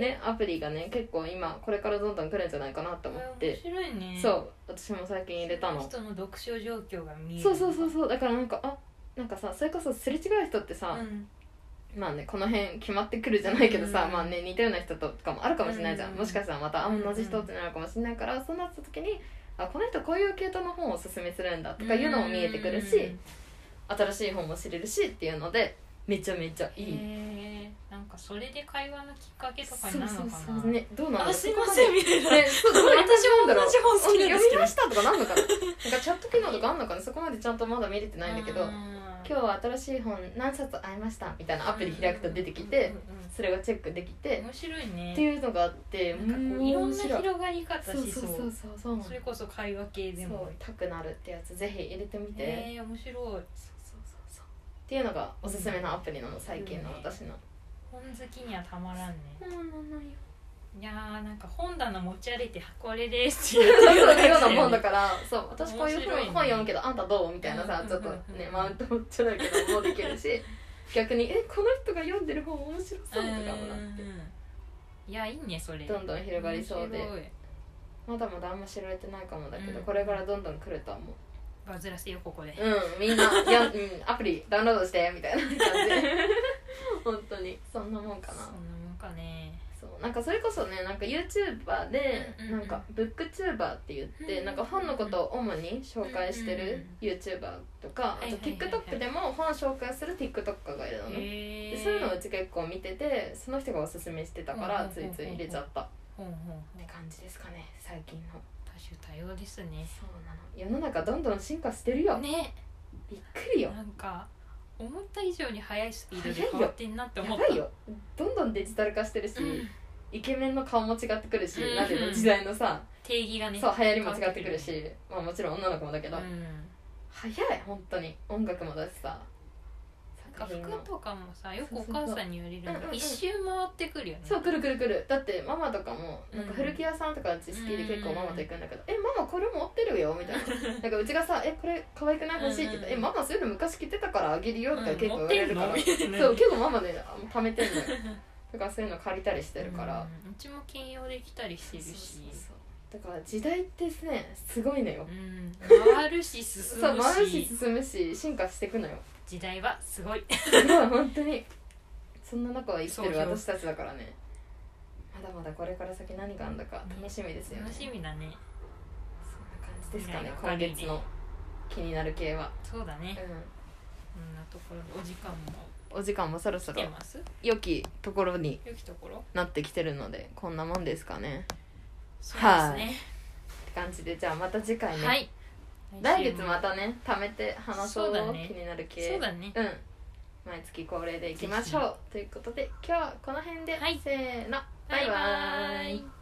[SPEAKER 1] ねアプリがね結構今これからどんどん来るんじゃないかなと思っ
[SPEAKER 2] 面
[SPEAKER 1] て、
[SPEAKER 2] 白いね
[SPEAKER 1] そう私も最近入れたの
[SPEAKER 2] 人の読書状況が見える
[SPEAKER 1] そうそうそうそうだからなんかあなんかさそれこそすれ違う人ってさ、
[SPEAKER 2] うん
[SPEAKER 1] まあねこの辺決まってくるじゃないけどさ、
[SPEAKER 2] うん
[SPEAKER 1] まあね似たような人とかもあるかもしれないじゃん、
[SPEAKER 2] うん
[SPEAKER 1] もしかしたらまたあ
[SPEAKER 2] うん
[SPEAKER 1] 同じ人ってなるかもしれないから、そうなった時にあこの人こういう系統の本をおすすめするんだとかいうのも見えてくるし、
[SPEAKER 2] うん
[SPEAKER 1] 新しい本も知れるしっていうのでめちゃめちゃいい、
[SPEAKER 2] へーなんかそれで会話のきっかけと
[SPEAKER 1] そ
[SPEAKER 2] か
[SPEAKER 1] う
[SPEAKER 2] になるの
[SPEAKER 1] そ
[SPEAKER 2] か
[SPEAKER 1] う
[SPEAKER 2] な
[SPEAKER 1] そうねどうなの
[SPEAKER 2] あすいませんみたいな、
[SPEAKER 1] ね、そうどういう
[SPEAKER 2] 私も
[SPEAKER 1] もんだろう
[SPEAKER 2] 同じ本好きなんです
[SPEAKER 1] 読み
[SPEAKER 2] けど
[SPEAKER 1] ましたとかなんのかななんかチャット機能とかあんのかなそこまでちゃんとまだ見れてないんだけど
[SPEAKER 2] 今
[SPEAKER 1] 今日は新しい本何冊会いましたみたいなアプリ開くと出てきてそれがチェックできて
[SPEAKER 2] 面白いね
[SPEAKER 1] っていうのがあって
[SPEAKER 2] なんかこういろんな
[SPEAKER 1] 面白
[SPEAKER 2] 広がり方
[SPEAKER 1] そう
[SPEAKER 2] し
[SPEAKER 1] そ
[SPEAKER 2] そ
[SPEAKER 1] う
[SPEAKER 2] う
[SPEAKER 1] そうそうそう
[SPEAKER 2] それこそ会話系で
[SPEAKER 1] そ
[SPEAKER 2] も
[SPEAKER 1] うたくなるってやつぜひ入れてみて、
[SPEAKER 2] へえ面白い
[SPEAKER 1] そうそうそうそうっていうのがおすすめのアプリなの最近の私の、
[SPEAKER 2] 本好きにはたまらんね
[SPEAKER 1] そうなのよ
[SPEAKER 2] いやーなんか本棚持ち歩いてこれですって
[SPEAKER 1] そう
[SPEAKER 2] 言
[SPEAKER 1] そういうようなもんだ
[SPEAKER 2] だ
[SPEAKER 1] からそう私こういう
[SPEAKER 2] 面白い
[SPEAKER 1] 本
[SPEAKER 2] ね
[SPEAKER 1] 本読むけどあんたどうみたいなさ
[SPEAKER 2] うん
[SPEAKER 1] ち
[SPEAKER 2] うん
[SPEAKER 1] ょ
[SPEAKER 2] う
[SPEAKER 1] っ
[SPEAKER 2] ん
[SPEAKER 1] とねマウント持っちゃないけどもうできるし逆にえこの人が読んでる本面白 そうとかもなって
[SPEAKER 2] いやいいねそれ
[SPEAKER 1] どんどん広がりそうで
[SPEAKER 2] 面白い
[SPEAKER 1] まだまだあんま知られてないかもだけど、
[SPEAKER 2] うん
[SPEAKER 1] これからどんどん来ると思う
[SPEAKER 2] バズらせようここで
[SPEAKER 1] うんみんないや、うん、アプリダウンロードしてみたいな感じ本当にそんなもんかな
[SPEAKER 2] そんなもんかね
[SPEAKER 1] そうなんかそれこそねなんか YouTuber で、
[SPEAKER 2] うんうんうん
[SPEAKER 1] なんかブックチューバーって言って、
[SPEAKER 2] うんうん
[SPEAKER 1] なんか本のことを主に紹介してる YouTuber とか、
[SPEAKER 2] はいはい
[SPEAKER 1] あと TikTok でも本紹介する TikToker がいるのね、
[SPEAKER 2] へ
[SPEAKER 1] で
[SPEAKER 2] え
[SPEAKER 1] そういうのをうち結構見ててその人がおすすめしてたか
[SPEAKER 2] うん
[SPEAKER 1] ら
[SPEAKER 2] うん
[SPEAKER 1] つ
[SPEAKER 2] うんう
[SPEAKER 1] い
[SPEAKER 2] ん
[SPEAKER 1] つい入れちゃったっ
[SPEAKER 2] ほんほんほん
[SPEAKER 1] て感じですかね最近の
[SPEAKER 2] 多種多様ですね
[SPEAKER 1] そうなの世の中どんどん進化してるよ
[SPEAKER 2] ね
[SPEAKER 1] びっくりよ
[SPEAKER 2] なんか思った以上に速いスピードで
[SPEAKER 1] 早いよ
[SPEAKER 2] 変わってんなって
[SPEAKER 1] や
[SPEAKER 2] 思っ
[SPEAKER 1] ば
[SPEAKER 2] た
[SPEAKER 1] いよどんどんデジタル化してるし、
[SPEAKER 2] うん
[SPEAKER 1] イケメンの顔も違ってくるし、
[SPEAKER 2] うんうん
[SPEAKER 1] なんていうの時代のさ、
[SPEAKER 2] 定義がね
[SPEAKER 1] そう流行りも違ってくるし、まあ、もちろん女の子もだけ
[SPEAKER 2] うん
[SPEAKER 1] ど、早い本当に音楽もだしさ
[SPEAKER 2] な
[SPEAKER 1] 作
[SPEAKER 2] ん
[SPEAKER 1] 品
[SPEAKER 2] か
[SPEAKER 1] も
[SPEAKER 2] 服とかもさよく
[SPEAKER 1] そ
[SPEAKER 2] お
[SPEAKER 1] うそうそう
[SPEAKER 2] 母さんに言われるんだ
[SPEAKER 1] うんうんうん
[SPEAKER 2] 一周回ってくるよね
[SPEAKER 1] そうくるくるくるだってママとかもなんか
[SPEAKER 2] うん
[SPEAKER 1] 古着屋さんとかうち好きで結構ママと行くんだけど「えママこれ持ってるよ」み たいななんかうちがさ「えこれ可愛くない欲しい」って言ったら「
[SPEAKER 2] うんうん
[SPEAKER 1] えママそういうの昔着てたからあげるよ」とか
[SPEAKER 2] うん
[SPEAKER 1] 結構言われるから、
[SPEAKER 2] 持ってんのみたいな
[SPEAKER 1] そう結構ママねあ貯めて んのよだからそういうの借りたりしてるから、
[SPEAKER 2] うんうちも兼用できたりしてるし
[SPEAKER 1] だから時代ってねすごいのよ、
[SPEAKER 2] うん回るし進
[SPEAKER 1] そう
[SPEAKER 2] む
[SPEAKER 1] 回るし
[SPEAKER 2] し
[SPEAKER 1] 進むし進化していくのよ
[SPEAKER 2] 時代はすごい
[SPEAKER 1] すごい本当にそんな中は生きてる
[SPEAKER 2] そうそう
[SPEAKER 1] 私たちだからねまだまだこれから先何があんだか楽しみですよね
[SPEAKER 2] 楽しみだね
[SPEAKER 1] そんな感じですかね
[SPEAKER 2] ね
[SPEAKER 1] 今月の気になる系は、
[SPEAKER 2] そうだね
[SPEAKER 1] う
[SPEAKER 2] こんなところでお時間も
[SPEAKER 1] ん、お時間もそろそ
[SPEAKER 2] 来
[SPEAKER 1] ろ
[SPEAKER 2] てます
[SPEAKER 1] 良きところに
[SPEAKER 2] 良きところ
[SPEAKER 1] なってきてるのでこんなもんですかね
[SPEAKER 2] そう
[SPEAKER 1] はい
[SPEAKER 2] ですね
[SPEAKER 1] って感じでじゃあまた次回ね、
[SPEAKER 2] はい
[SPEAKER 1] 来月
[SPEAKER 2] も
[SPEAKER 1] またね貯めて話そう
[SPEAKER 2] そうだね
[SPEAKER 1] 気になる系
[SPEAKER 2] そうだね
[SPEAKER 1] うん毎月恒例でいきましょうということで今日はこの辺で、
[SPEAKER 2] はい
[SPEAKER 1] せーの
[SPEAKER 2] バ
[SPEAKER 1] バ
[SPEAKER 2] イバ
[SPEAKER 1] イバーイ
[SPEAKER 2] イ